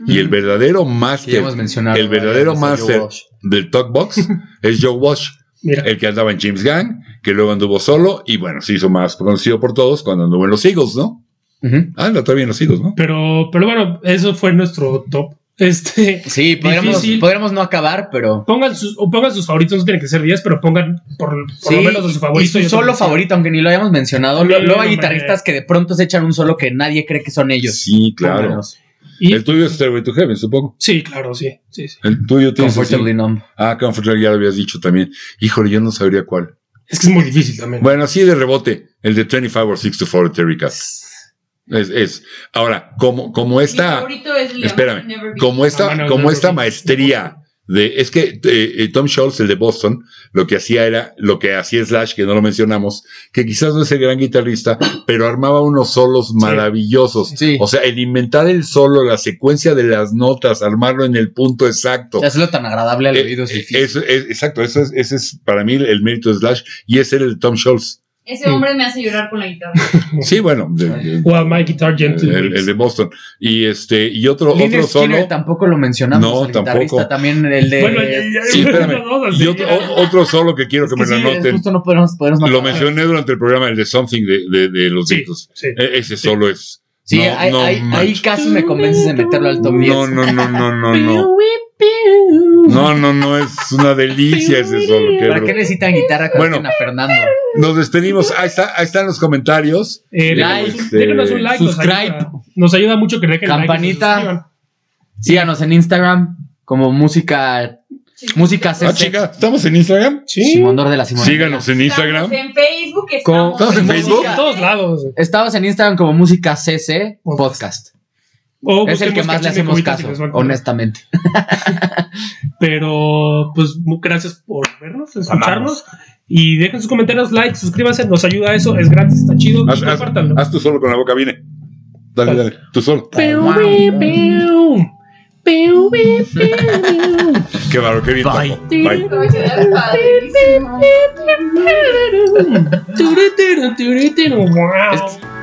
Speaker 1: Y el verdadero
Speaker 2: Que ya
Speaker 1: máster
Speaker 2: hemos mencionado.
Speaker 1: el verdadero
Speaker 2: varias veces, Joe
Speaker 1: máster.
Speaker 2: Walsh.
Speaker 1: del talkbox es Joe Walsh,
Speaker 3: Mira,
Speaker 1: el que andaba en James Gang, que luego anduvo solo y bueno, se hizo más conocido por todos cuando anduvo en los Eagles, ¿no?
Speaker 2: Ujú.
Speaker 1: Ah, no, todavía en los Eagles, ¿no?
Speaker 3: pero, pero bueno, eso fue nuestro top. Este.
Speaker 2: Sí, podríamos,
Speaker 3: Difícil.
Speaker 2: podríamos no acabar, pero.
Speaker 3: Pongan sus, o pongan sus favoritos, no tienen que ser 10, pero pongan por, por lo
Speaker 2: Sí,
Speaker 3: menos su favorito.
Speaker 2: y su
Speaker 3: yo
Speaker 2: solo
Speaker 3: también.
Speaker 2: favorito, aunque ni lo hayamos mencionado. Lo-
Speaker 3: Sí,
Speaker 2: Luego hay
Speaker 3: hombre.
Speaker 2: guitarristas que de pronto se echan un solo que nadie cree que son ellos.
Speaker 1: Sí, claro.
Speaker 2: Pónganos.
Speaker 3: Y-
Speaker 1: El tuyo es Stairway to Heaven, supongo.
Speaker 3: Sí, claro, sí. sí, sí.
Speaker 1: El tuyo tienes
Speaker 2: Comfortably
Speaker 1: así.
Speaker 2: Numb.
Speaker 1: Ah, Comfortable ya lo habías dicho también. Híjole, yo no sabría cuál.
Speaker 3: Es que es muy difícil también.
Speaker 1: Bueno, así de rebote, el de 25 or 64 de Terry Cass. Es, es. Ahora, como, como
Speaker 4: Mi
Speaker 1: esta,
Speaker 4: favorito es Liam,
Speaker 1: espérame,
Speaker 4: Never Be.
Speaker 1: como
Speaker 3: Ah,
Speaker 1: esta,
Speaker 3: bueno,
Speaker 1: como
Speaker 3: no,
Speaker 1: esta
Speaker 3: no, no.
Speaker 1: maestría de, es que eh, eh, Tom Scholz, el de Boston, lo que hacía era, lo que hacía Slash, que no lo mencionamos, que quizás no es el gran guitarrista, pero armaba unos solos maravillosos.
Speaker 2: Sí.
Speaker 1: O sea, el inventar el solo, la secuencia de las notas, armarlo en el punto exacto.
Speaker 2: Hacerlo tan agradable al
Speaker 1: Eh,
Speaker 2: oído es
Speaker 1: eh,
Speaker 2: difícil.
Speaker 1: eso es- exacto, eso es, ese es para mí el mérito de Slash y es el de Tom Schultz.
Speaker 4: Ese hombre me hace llorar con la guitarra.
Speaker 1: Sí, bueno, de- de-
Speaker 3: Well, my guitar gently.
Speaker 1: el, el de Boston. Y este, y otro,
Speaker 2: Lynyrd
Speaker 1: otro solo.
Speaker 2: Skynyrd tampoco lo mencionamos.
Speaker 1: No,
Speaker 2: el guitarrista
Speaker 1: tampoco.
Speaker 2: También el de.
Speaker 3: bueno, ya, ya,
Speaker 1: Sí,
Speaker 3: ya-
Speaker 1: espérame.
Speaker 3: no, no,
Speaker 1: Y otro, o- otro solo que quiero que me
Speaker 2: Sí,
Speaker 1: lo
Speaker 2: es
Speaker 1: anoten.
Speaker 2: Justo no podemos, podemos
Speaker 1: Lo
Speaker 2: matar.
Speaker 1: mencioné durante el programa, el de Something de, de- de los
Speaker 3: Sí,
Speaker 1: Beatles.
Speaker 3: sí.
Speaker 1: E- Ese solo es.
Speaker 2: Sí,
Speaker 1: No,
Speaker 2: ahí,
Speaker 1: no
Speaker 2: ahí- ahí
Speaker 1: manches.
Speaker 2: casi me convences de meterlo al top 10.
Speaker 1: No, no, no, no, no, no. No, no, no, es una delicia ese solo. qué
Speaker 2: ¿Para qué
Speaker 1: bruto.
Speaker 2: necesitan guitarra con
Speaker 1: Bueno.
Speaker 2: a Fernando?
Speaker 1: Nos despedimos. Ahí, está, ahí están los comentarios.
Speaker 3: Eh, déjenos
Speaker 1: Like,
Speaker 3: un- déjenos un like. nos
Speaker 2: subscribe.
Speaker 3: ayuda- Nos ayuda mucho que dejen like y se
Speaker 2: Campanita.
Speaker 3: suscriban.
Speaker 2: Síganos en Instagram como música. Música
Speaker 1: Ah,
Speaker 2: CC.
Speaker 1: chica, estamos en Instagram.
Speaker 3: Sí.
Speaker 2: Simondor de la Simón.
Speaker 1: Síganos en Instagram.
Speaker 4: Estamos en Facebook.
Speaker 2: Como-
Speaker 4: Estamos,
Speaker 1: ¿Estamos en Facebook?
Speaker 3: Por todos lados.
Speaker 2: Estabas en Instagram como música CC podcast.
Speaker 3: O
Speaker 2: es el
Speaker 3: busquemos
Speaker 2: que más le
Speaker 3: Cachimbo
Speaker 2: hacemos
Speaker 3: Comitas y
Speaker 2: caso,
Speaker 3: les va a encontrar.
Speaker 2: honestamente.
Speaker 3: Pero, pues, mu- gracias por vernos, escucharnos. Y dejen sus comentarios, like, suscríbanse, nos ayuda eso, es gratis, está chido.
Speaker 1: Haz,
Speaker 3: y
Speaker 1: haz-
Speaker 3: compártanlo.
Speaker 1: haz tú solo con la boca, viene. Dale, dale. Tú solo. Qué barro, qué bien.
Speaker 2: Bye.
Speaker 1: tapo. Bye.
Speaker 4: Como que era padrísimo.
Speaker 3: Turuturu, turuturu, wow.
Speaker 2: Es-